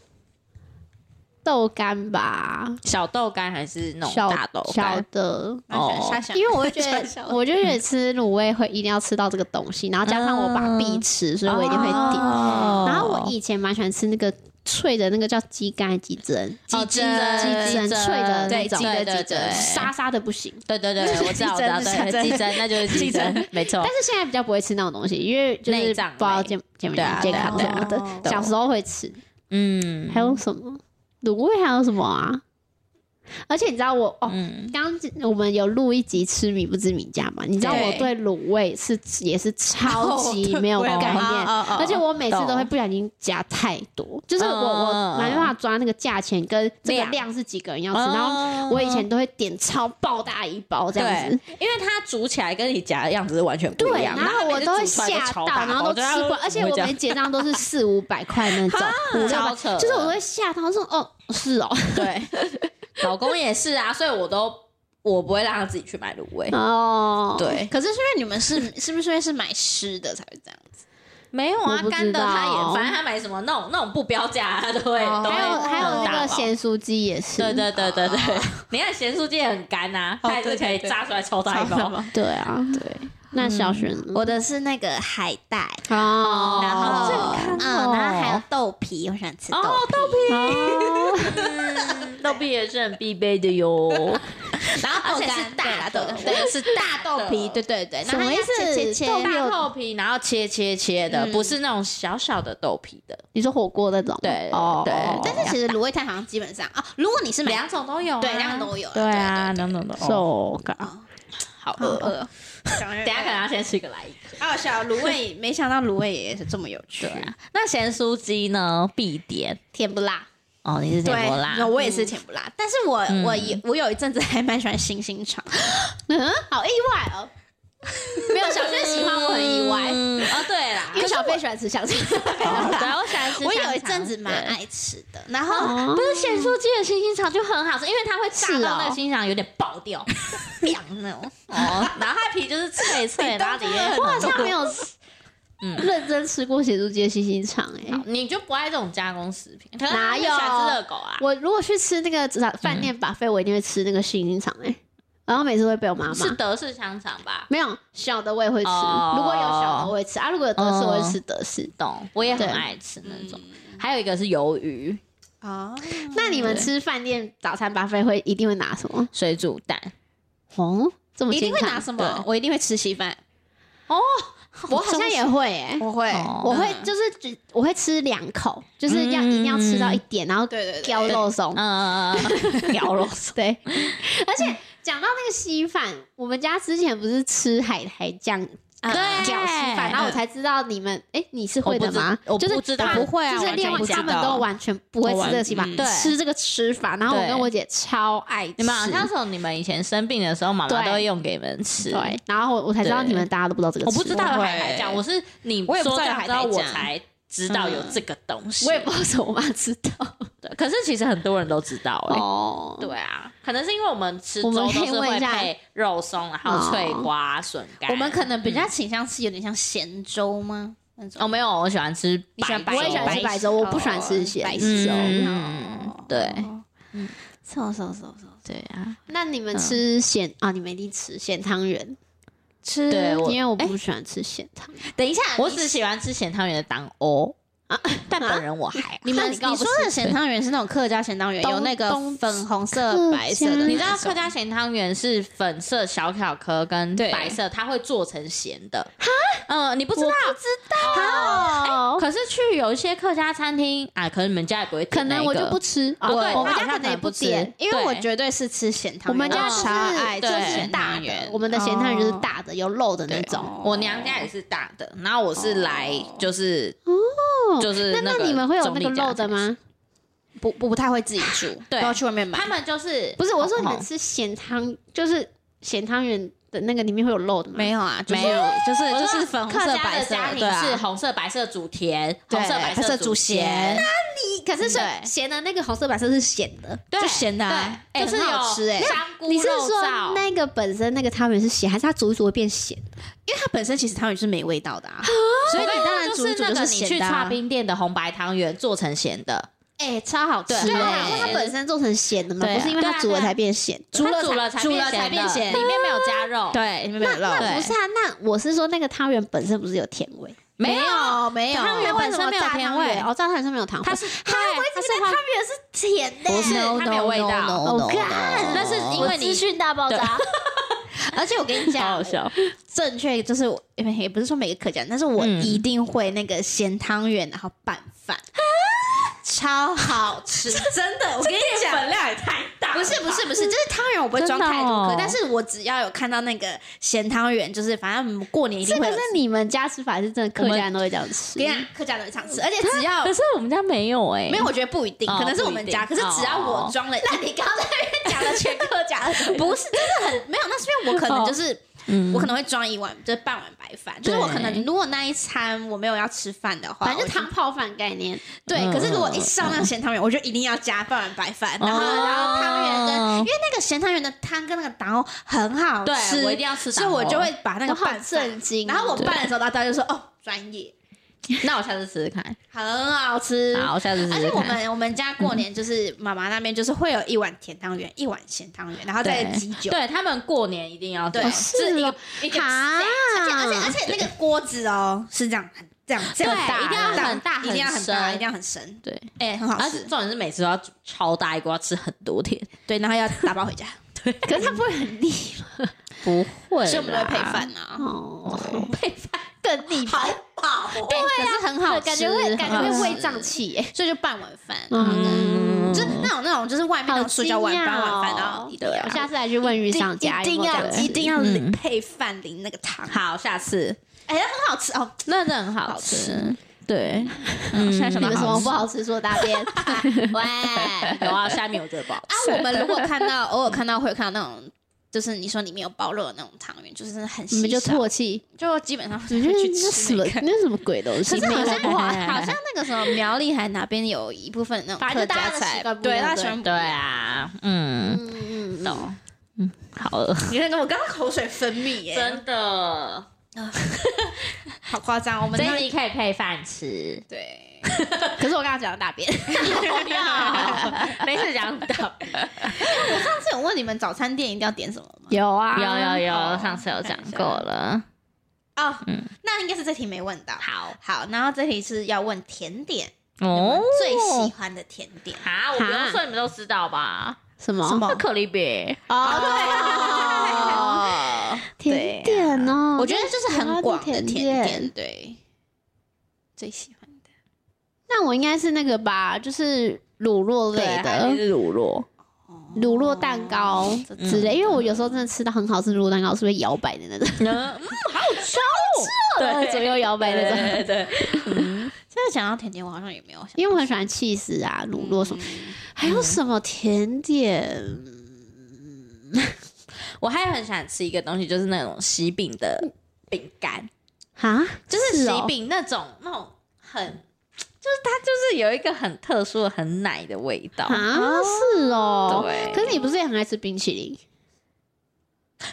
Speaker 3: 豆干吧，
Speaker 1: 小豆干还是那种
Speaker 3: 小
Speaker 1: 大豆
Speaker 3: 小
Speaker 1: 干？
Speaker 3: 的。
Speaker 1: 哦
Speaker 2: 他想
Speaker 3: 因为我觉
Speaker 2: 小小
Speaker 3: 得，
Speaker 2: 的
Speaker 3: 我就觉得吃卤味会一定要吃到这个东西，然后加上我爸
Speaker 1: 嗯
Speaker 3: 必吃，所以我一定会点。
Speaker 1: 哦
Speaker 3: 然后我以前蛮喜欢吃那个脆的那个叫鸡肝还是鸡胗，
Speaker 1: 哦鸡
Speaker 3: 鸡胗
Speaker 1: 胗
Speaker 3: 鸡胗
Speaker 1: 鸡胗
Speaker 3: 脆的那
Speaker 1: 对
Speaker 3: 种，
Speaker 1: 鸡胗对对对
Speaker 3: 沙沙的不行。
Speaker 1: 对 对对，我知道，我知道，
Speaker 2: 鸡胗
Speaker 1: 对，
Speaker 2: 鸡
Speaker 1: 鸡
Speaker 2: 胗
Speaker 1: 胗那就是鸡胗，没错
Speaker 3: 但。是现在比较不会吃那种东西，因为就是
Speaker 1: 哦内脏类
Speaker 3: 不知道健健不
Speaker 1: 对啊
Speaker 3: 健康
Speaker 1: 对
Speaker 3: 什
Speaker 1: 啊
Speaker 3: 么
Speaker 2: 对啊
Speaker 3: 的。
Speaker 1: 对啊
Speaker 3: 小时候会吃，
Speaker 1: 嗯，
Speaker 3: 还有什么卤味，还有什么啊？而且你知道我哦，
Speaker 1: 嗯，
Speaker 3: 刚刚我们有录一集吃米不知米价嘛？你知道我对
Speaker 2: 对
Speaker 3: 卤味是也是超
Speaker 1: 哦
Speaker 3: 级没有概念，而且我每次都会不小心夹太多，就是我我
Speaker 1: 嗯
Speaker 3: 没办法抓那个价钱跟这个
Speaker 1: 量
Speaker 3: 量是几个人要吃，然后
Speaker 1: 哦
Speaker 3: 我以前都会点超爆大一包这样子
Speaker 1: 对，，因为它煮起来跟你夹的样子是完全不
Speaker 3: 对，
Speaker 1: 一样。
Speaker 3: 然后我
Speaker 1: 每次
Speaker 3: 都会
Speaker 1: 煮出来
Speaker 3: 吓
Speaker 1: 超
Speaker 3: 到，
Speaker 1: 大
Speaker 3: 然后
Speaker 1: 包
Speaker 3: 都
Speaker 1: 对啊
Speaker 3: 吃光，而且
Speaker 1: 会
Speaker 3: 我
Speaker 1: 这样
Speaker 3: 们结账都是四五百块 那种，五六百
Speaker 1: 超扯的
Speaker 3: 就是我都会吓到说哦是哦
Speaker 1: 对，老公也是啊，所以我都我不会让他自己去买卤味。
Speaker 3: 哦，
Speaker 1: 对，
Speaker 2: 可是是因为你们是是不是因为是买湿的才会这样子？
Speaker 1: 没有
Speaker 3: 我
Speaker 1: 啊
Speaker 3: 不，知
Speaker 1: 干的他
Speaker 3: 道
Speaker 1: 也，反正他买什么那种那种不标价， 他都会
Speaker 2: 哦
Speaker 1: 都会
Speaker 3: 还有还有
Speaker 1: 大包
Speaker 3: 那个咸酥鸡也是，
Speaker 1: 对对对对对， 你看咸酥鸡也很干呐，
Speaker 2: 哦
Speaker 1: 它也是可以
Speaker 2: 对对对
Speaker 1: 炸出来超大一 包。
Speaker 3: 对啊，对。那
Speaker 1: 嗯
Speaker 3: 小雪呢？
Speaker 2: 我的是那个海带，
Speaker 3: 哦
Speaker 2: 然后
Speaker 3: 健
Speaker 2: 嗯，
Speaker 3: 康
Speaker 2: 然
Speaker 3: 哦
Speaker 2: 后还有豆皮，我喜欢吃豆
Speaker 1: 哦
Speaker 2: 皮。
Speaker 3: 哦，
Speaker 1: 嗯豆皮也是很必备的 哟。
Speaker 2: 然后
Speaker 1: 豆
Speaker 2: 而且
Speaker 1: 干
Speaker 2: 是大
Speaker 1: 对啦
Speaker 2: 的
Speaker 1: 豆，干
Speaker 2: 对，是大豆皮，对对对。
Speaker 3: 什么
Speaker 2: 然后它
Speaker 3: 意思
Speaker 2: 要切切切
Speaker 3: 豆皮
Speaker 1: 大豆皮，然后切切切的，
Speaker 2: 嗯
Speaker 1: 不是那种小小的豆皮的，
Speaker 3: 你说火锅那种？
Speaker 1: 对
Speaker 3: 哦，
Speaker 1: 对
Speaker 2: 但是其实卤味摊好像基本上啊，如果你是买
Speaker 1: 两种都有啊，
Speaker 2: 对两种都有啊，
Speaker 1: 对啊，两种都有。
Speaker 3: 手感
Speaker 1: 好
Speaker 2: 对，
Speaker 1: 饿
Speaker 2: 对，对好饿。
Speaker 1: 等一下可能要先吃一个来一个。
Speaker 2: 好笑，卤味没想到卤味也是这么有趣
Speaker 1: 对，啊，那咸酥鸡呢？必点
Speaker 2: 甜不辣。
Speaker 1: 哦，你是
Speaker 2: 对
Speaker 1: 甜不辣，
Speaker 2: 那我也是甜不辣，但是我我也我有一阵子还蛮喜欢星星肠，
Speaker 3: 嗯，
Speaker 2: 好意外 哦。没有小飞喜欢我很意外，
Speaker 1: 嗯哦，对啦，
Speaker 3: 因为小飞喜欢吃 香肠，
Speaker 1: 哦对，我喜欢吃香肠。
Speaker 2: 我有一阵子蛮
Speaker 1: 对
Speaker 2: 爱吃的，然后
Speaker 3: 哦
Speaker 1: 不是咸酥鸡的星星肠就很好吃，因为它会炸
Speaker 3: 是
Speaker 1: 到
Speaker 3: 哦
Speaker 1: 那个星肠有点爆掉
Speaker 2: 凉那种，
Speaker 1: 哦，然后它皮就是脆脆，然 后里面
Speaker 3: 我 好像没有
Speaker 1: 嗯
Speaker 3: 认真吃过咸猪鸡的星星肠哎。
Speaker 1: 你就不爱这种加工食品，可能
Speaker 3: 哪有
Speaker 1: 喜欢吃热狗啊？
Speaker 3: 我如果去吃那个饭店把费，我一定会吃那个星星肠哎，然后每次会被我妈
Speaker 1: 是
Speaker 3: 骂。
Speaker 1: 德式香肠吧？
Speaker 3: 没有小的我也会吃，
Speaker 1: 哦
Speaker 3: 如果有小的我会吃啊，如果有德式我会吃德式。
Speaker 1: 懂，我也很
Speaker 3: 对
Speaker 1: 爱吃那种。还有一个是鱿鱼
Speaker 2: 哦，
Speaker 3: 那你们吃饭店早餐把费会一定会拿什么？
Speaker 1: 水煮蛋，
Speaker 3: 哦，这么
Speaker 2: 一定
Speaker 3: 健
Speaker 2: 会
Speaker 3: 康
Speaker 2: 拿什么
Speaker 1: 对？
Speaker 2: 我一定会吃稀饭，
Speaker 3: 我好像也会哎，
Speaker 2: 我会欸
Speaker 1: 哦
Speaker 3: 我会就是只我会吃两口，就是要
Speaker 1: 嗯
Speaker 3: 一定要吃到一点，然后
Speaker 2: 对对对
Speaker 3: 叼肉 松。
Speaker 1: 嗯，屌肉松
Speaker 3: 对，而且讲到那个稀饭，我们家之前不是吃海苔酱
Speaker 2: 啊
Speaker 1: 对
Speaker 3: 饺稀饭，然后我才知道你们，哎，你是会的吗？
Speaker 1: 哎嗯我不知
Speaker 3: 就是
Speaker 1: 我不知道
Speaker 3: 他
Speaker 1: 我
Speaker 2: 不会啊
Speaker 3: 就是另
Speaker 1: 完
Speaker 3: 外
Speaker 1: 全不知道
Speaker 3: 他们都完全不会吃这个稀饭
Speaker 2: 我完，
Speaker 1: 对
Speaker 3: 吃这个吃法。然后我
Speaker 1: 对
Speaker 3: 跟我姐超爱吃，
Speaker 1: 你们好像从你们以前生病的时候，妈妈
Speaker 3: 对
Speaker 1: 都会用给你们吃。
Speaker 3: 对，然后我我才知道
Speaker 1: 对
Speaker 3: 你们大家都不知道这个吃
Speaker 1: 我不
Speaker 3: 法，
Speaker 1: 知道有
Speaker 2: 我会
Speaker 1: 海苔酱，我是你
Speaker 2: 我也不
Speaker 1: 说
Speaker 2: 知道有
Speaker 1: 讲之后，
Speaker 2: 海苔
Speaker 1: 我
Speaker 2: 酱
Speaker 1: 才知道有这个东西。
Speaker 3: 我也不知道为什么我妈知道
Speaker 1: 对，可是其实很多人都知道哎、
Speaker 3: 哦。
Speaker 1: 对啊，可能是因为我们吃
Speaker 3: 我
Speaker 1: 粥
Speaker 3: 们
Speaker 1: 都
Speaker 3: 可以
Speaker 1: 是
Speaker 3: 问
Speaker 1: 会
Speaker 3: 一下
Speaker 1: 配肉松，然后脆瓜、笋干。
Speaker 2: 哦我们可能比较倾向吃有点像咸粥吗？那种
Speaker 1: 哦，没有，我喜欢吃
Speaker 2: 你喜欢
Speaker 1: 白粥，
Speaker 2: 白
Speaker 3: 我也喜欢吃白粥，
Speaker 2: 粥
Speaker 3: 我不喜欢吃咸
Speaker 2: 白
Speaker 1: 粥
Speaker 2: 嗯
Speaker 1: 嗯对，
Speaker 2: 瘦瘦瘦瘦，
Speaker 1: 对啊，
Speaker 3: 那你们吃咸啊？你们一定吃咸汤圆，
Speaker 2: 吃
Speaker 1: 嗯对我
Speaker 3: 因为我不喜欢吃咸汤圆。
Speaker 2: 等一下，
Speaker 1: 我
Speaker 2: 你
Speaker 1: 只喜欢吃咸汤圆的当欧。哦
Speaker 2: 但本人我还
Speaker 3: 你
Speaker 2: 那
Speaker 3: 们
Speaker 2: 啊 你说的咸汤圆是那种客家咸汤圆，
Speaker 3: 东
Speaker 2: 有那个
Speaker 3: 东
Speaker 2: 粉红色、
Speaker 3: 客
Speaker 2: 白色的
Speaker 3: 家
Speaker 2: 那种，
Speaker 1: 你知道客家咸汤圆是粉色小小颗跟
Speaker 2: 对
Speaker 1: 白色，它会做成咸的。哈，嗯，你不知道？
Speaker 2: 哦
Speaker 3: 好，
Speaker 1: 可是去有一些客家餐厅啊，可能你们家也不会
Speaker 3: 可
Speaker 1: 点那
Speaker 3: 能
Speaker 1: 一
Speaker 3: 我
Speaker 1: 个
Speaker 3: 就不吃。
Speaker 1: 哦对他
Speaker 2: 我们
Speaker 1: 好
Speaker 2: 家
Speaker 1: 像
Speaker 2: 可能也
Speaker 1: 不
Speaker 2: 不
Speaker 1: 吃
Speaker 2: 点，因为
Speaker 1: 对
Speaker 2: 我绝对是吃咸汤圆，
Speaker 3: 我们家
Speaker 2: 我
Speaker 3: 就是
Speaker 2: 超爱
Speaker 1: 对
Speaker 2: 吃
Speaker 1: 咸
Speaker 2: 咸
Speaker 1: 汤
Speaker 2: 汤
Speaker 1: 圆
Speaker 2: 圆，
Speaker 3: 我们的咸汤圆就是
Speaker 2: 哦
Speaker 3: 大的，有肉的那种。
Speaker 1: 我娘家也是大的，然后我是
Speaker 2: 哦
Speaker 1: 来就是哦就是
Speaker 3: 那
Speaker 1: 个
Speaker 3: 你们会有
Speaker 1: 中
Speaker 3: 那
Speaker 1: 立
Speaker 3: 个
Speaker 1: 家
Speaker 3: 肉的
Speaker 1: 才行？
Speaker 3: 吗？
Speaker 2: 不不不太会自己煮，
Speaker 1: 对
Speaker 2: 都要去外面买
Speaker 1: 他。们就是
Speaker 3: 不是，我说你
Speaker 1: 哦
Speaker 3: 们吃咸汤，就是咸汤圆的那个里面会有肉的吗？
Speaker 2: 没有啊，就是
Speaker 1: 没有
Speaker 2: 就是
Speaker 1: 我
Speaker 2: 就
Speaker 1: 说
Speaker 2: 是粉红
Speaker 1: 客
Speaker 2: 色、
Speaker 1: 家
Speaker 2: 白
Speaker 1: 的
Speaker 2: 色
Speaker 1: 家，
Speaker 2: 对
Speaker 1: 庭是
Speaker 2: 啊，
Speaker 1: 红色白色煮甜，
Speaker 2: 对
Speaker 1: 红色白
Speaker 2: 色
Speaker 1: 煮
Speaker 2: 咸，
Speaker 3: 你可是
Speaker 2: 对
Speaker 3: 咸咸的那个红色白色是咸的。
Speaker 1: 对，
Speaker 2: 就咸的啊
Speaker 1: 对，
Speaker 2: 就是
Speaker 1: 是
Speaker 2: 好
Speaker 1: 有哎
Speaker 2: 吃欸
Speaker 1: 香菇
Speaker 3: 你是
Speaker 1: 肉
Speaker 3: 说
Speaker 1: 燥
Speaker 3: 那个本身那个汤圆是咸，还是它煮一煮会变咸？
Speaker 2: 因为它本身其实汤圆是没味道的啊，所以你当然
Speaker 1: 就
Speaker 2: 煮一
Speaker 1: 是
Speaker 2: 煮
Speaker 1: 那个你
Speaker 2: 咸
Speaker 1: 去
Speaker 2: 的
Speaker 1: 串
Speaker 2: 啊。
Speaker 1: 冰店的红白汤圆做成咸的，
Speaker 3: 哎、超好吃
Speaker 1: 对
Speaker 3: 对啊，
Speaker 2: 对
Speaker 3: 因为它本身做成咸的嘛，
Speaker 2: 对啊
Speaker 3: 不是因为
Speaker 1: 对
Speaker 3: 它
Speaker 1: 啊
Speaker 3: 煮了
Speaker 1: 对啊
Speaker 3: 才变咸。
Speaker 2: 煮了
Speaker 1: 它煮了才
Speaker 2: 煮了才变
Speaker 1: 变
Speaker 2: 咸
Speaker 1: 咸的，里面没有加肉，，
Speaker 2: 对，里面没有肉，
Speaker 3: 那不是啊，那我是说那个汤圆本身不是有甜味？
Speaker 1: 没有，
Speaker 2: 哦，没有，
Speaker 1: 汤圆本身没有
Speaker 3: 那为什么炸
Speaker 1: 甜
Speaker 3: 汤圆
Speaker 1: 味
Speaker 3: 哦，炸汤圆是没有糖
Speaker 1: 它。
Speaker 3: 分
Speaker 1: 是对它是花
Speaker 3: 是甜的
Speaker 1: 不是它没有味道
Speaker 3: 我
Speaker 2: 哦
Speaker 3: 看
Speaker 1: 那是因为你
Speaker 3: 资讯大爆炸。
Speaker 2: 而且我跟你
Speaker 1: 好好
Speaker 2: 讲，
Speaker 1: 笑，
Speaker 2: 正确就是我也不是说每个客家，但是我
Speaker 1: 嗯啊
Speaker 2: 一定会那个咸汤圆，然后拌饭，超好吃， 真的。我跟你讲，
Speaker 1: 粉量也太大
Speaker 2: 不是不是不是，就是汤圆我不会装太
Speaker 1: 真的
Speaker 2: 多
Speaker 1: 哦
Speaker 2: 颗，但是我只要有看到那个咸汤圆，就是反正我们过年一定
Speaker 3: 这
Speaker 2: 会
Speaker 3: 个
Speaker 2: 有
Speaker 3: 是。你们家吃法是真的，客
Speaker 1: 我们
Speaker 3: 家人都会这样吃
Speaker 2: 跟。你讲，客家人常吃，而且只要
Speaker 1: 可是我们家没有哎，
Speaker 2: 没有，我觉得不一定，
Speaker 1: 哦
Speaker 2: 可能是我们家，
Speaker 1: 不
Speaker 2: 可
Speaker 1: 一
Speaker 2: 是
Speaker 1: 定哦
Speaker 2: 只要我装了，那你 刚刚在那边讲了全客家 的，不是，真的很没有，那是因为我可能就是。
Speaker 1: 嗯
Speaker 2: 我可能会装一碗，就是半碗白饭。就是我可能如果那一餐我没有要吃饭的话，
Speaker 3: 反正
Speaker 2: 我
Speaker 3: 就
Speaker 2: 就
Speaker 3: 汤泡饭概念，
Speaker 2: 对。
Speaker 1: 嗯
Speaker 2: 可是如果一上那个咸汤圆，我就一定要加半碗白饭，然后
Speaker 1: 哦
Speaker 2: 然后汤圆跟因为那个咸汤圆的汤跟那个蛋糕很好
Speaker 1: 对
Speaker 2: 吃，
Speaker 1: 我一定要吃哦
Speaker 2: 所
Speaker 1: 蛋
Speaker 2: 以
Speaker 1: 糕
Speaker 2: 我就会把那
Speaker 3: 我
Speaker 2: 个
Speaker 3: 好
Speaker 2: 拌饭
Speaker 3: 震。惊哦。
Speaker 2: 然后我
Speaker 3: 对
Speaker 2: 拌的时候，大家就说哦，专业，
Speaker 1: 那我下次试试看，
Speaker 2: 很好吃。
Speaker 1: 好，嗯我下次试
Speaker 2: 而
Speaker 1: 试
Speaker 2: 且我
Speaker 1: 看。
Speaker 2: 们我们家过年就是妈妈那边就是会有一碗甜汤圆，一碗咸汤圆，然后再
Speaker 1: 对
Speaker 2: 鸡酒。
Speaker 1: 对他们过年一定要
Speaker 2: 对
Speaker 1: 这样
Speaker 2: 哦
Speaker 3: 是
Speaker 1: 是一啊
Speaker 3: 哦
Speaker 1: 个一个
Speaker 3: 哈，
Speaker 2: 而且而且而且那个锅子哦是这样很这样这样
Speaker 1: 对
Speaker 2: 大
Speaker 1: 一定要
Speaker 2: 这样
Speaker 1: 很大
Speaker 2: 一定要很大，
Speaker 1: 很深
Speaker 2: 一定要很深。
Speaker 1: 对，
Speaker 2: 哎，很好
Speaker 3: 啊
Speaker 1: 而且
Speaker 2: 吃。
Speaker 1: 重点是每次都要煮超大一锅，要吃很多天，
Speaker 2: 对，然后要打包回家，
Speaker 3: 可是它不会很腻吗
Speaker 1: 不会，
Speaker 2: 所以我们都会配饭。啊。
Speaker 3: 哦，配饭更腻吧，
Speaker 2: 好，
Speaker 3: 对哦可是哦很
Speaker 2: 啊
Speaker 3: 好吃，
Speaker 2: 感觉会感觉会胃
Speaker 3: 胀气耶。
Speaker 2: 所以就半碗饭，啊
Speaker 3: 嗯，
Speaker 2: 就是那种那种就是外面那
Speaker 3: 好
Speaker 2: 种塑胶碗
Speaker 3: 惊讶
Speaker 2: 半碗饭，
Speaker 3: 哦
Speaker 2: 然后
Speaker 3: 对
Speaker 2: 啊
Speaker 3: 我下次来去问
Speaker 2: 一
Speaker 3: 鱼
Speaker 2: 定
Speaker 3: 上家
Speaker 2: 一
Speaker 3: 有
Speaker 2: 定
Speaker 3: 没有这
Speaker 2: 要
Speaker 3: 个吃，
Speaker 2: 一定要
Speaker 1: 嗯
Speaker 2: 淋配饭淋那个汤，
Speaker 1: 好，下次
Speaker 2: 哎，很好吃哦。
Speaker 1: 那真的很好吃。对，嗯，
Speaker 2: 现在想
Speaker 3: 你
Speaker 2: 到
Speaker 3: 们什
Speaker 2: 好
Speaker 3: 么
Speaker 2: 吃
Speaker 3: 不好吃说大便？
Speaker 2: 喂，
Speaker 1: 有啊，下面我觉得不好
Speaker 2: 啊，我们如果看到偶尔看到会有看到那种，就是你说里面有包肉的那种汤圆，就是真的很
Speaker 3: 你
Speaker 2: 稀
Speaker 3: 们就
Speaker 2: 少
Speaker 3: 唾弃，
Speaker 2: 就基本上
Speaker 3: 你
Speaker 2: 是
Speaker 3: 们
Speaker 2: 会
Speaker 3: 就
Speaker 2: 去
Speaker 3: 那
Speaker 2: 吃
Speaker 3: 什
Speaker 2: 那
Speaker 3: 么
Speaker 2: 个。
Speaker 3: 那什么鬼东西？
Speaker 2: 可是好像
Speaker 3: 没有
Speaker 2: 好像好像那个什么苗栗还哪边有一部分那种
Speaker 3: 反
Speaker 2: 客
Speaker 3: 正
Speaker 2: 家
Speaker 3: 就大家的
Speaker 2: 菜
Speaker 3: 习惯，不一
Speaker 2: 对，
Speaker 3: 样
Speaker 2: 大家
Speaker 3: 对
Speaker 2: 喜欢不一
Speaker 1: 对
Speaker 2: 样。
Speaker 1: 啊，嗯，
Speaker 3: 嗯嗯嗯，
Speaker 1: 懂，嗯，好饿，
Speaker 2: 你看我刚刚口水分泌耶，
Speaker 1: 的，
Speaker 2: 好夸张。我们
Speaker 1: 这
Speaker 2: 那。
Speaker 1: 一集可以配饭吃
Speaker 2: 对，可是我刚刚讲的大便。
Speaker 1: 没事讲到，
Speaker 2: 上次有问你们早餐店一定要点什么吗？
Speaker 3: 有啊，
Speaker 1: 有有有，
Speaker 2: 哦
Speaker 1: 上次有讲过了。
Speaker 2: 哦
Speaker 1: 嗯，
Speaker 2: 那应该是这题没问到。
Speaker 1: 好
Speaker 2: 好，然后这题是要问甜点，
Speaker 1: 哦，
Speaker 2: 最喜欢的甜点。
Speaker 1: 啊，我不用说，你们都知道吧？
Speaker 3: 什么
Speaker 2: 什么
Speaker 1: 那可丽饼，
Speaker 2: 哦，对，
Speaker 3: 甜点哦？
Speaker 2: 啊我觉得就是很广的
Speaker 3: 甜
Speaker 2: 甜点，对，最喜欢的
Speaker 3: 那我应该是那个吧，就是乳酪类的
Speaker 1: 乳酪，
Speaker 3: 乳酪蛋糕
Speaker 2: 嗯
Speaker 3: 之类，因为我有时候真的吃到很好吃的乳酪蛋糕，是会摇摆的那种，
Speaker 1: 嗯，好吃哦，
Speaker 3: 左右摇摆那种。
Speaker 1: 对对，
Speaker 2: 真的讲到甜点，我好像也没有想
Speaker 3: 因为我很喜欢 cheese 啊、乳酪什么，
Speaker 2: 嗯
Speaker 3: 还有什么甜点？
Speaker 1: 我还很想吃一个东西，就是那种喜饼的饼干，
Speaker 3: 啊，
Speaker 1: 就是
Speaker 3: 哦
Speaker 1: 喜饼那种、那种很，就是它就是有一个很特殊的很奶的味道。
Speaker 3: 啊，是哦。
Speaker 1: 对
Speaker 3: 可是你不是也很爱吃冰淇淋？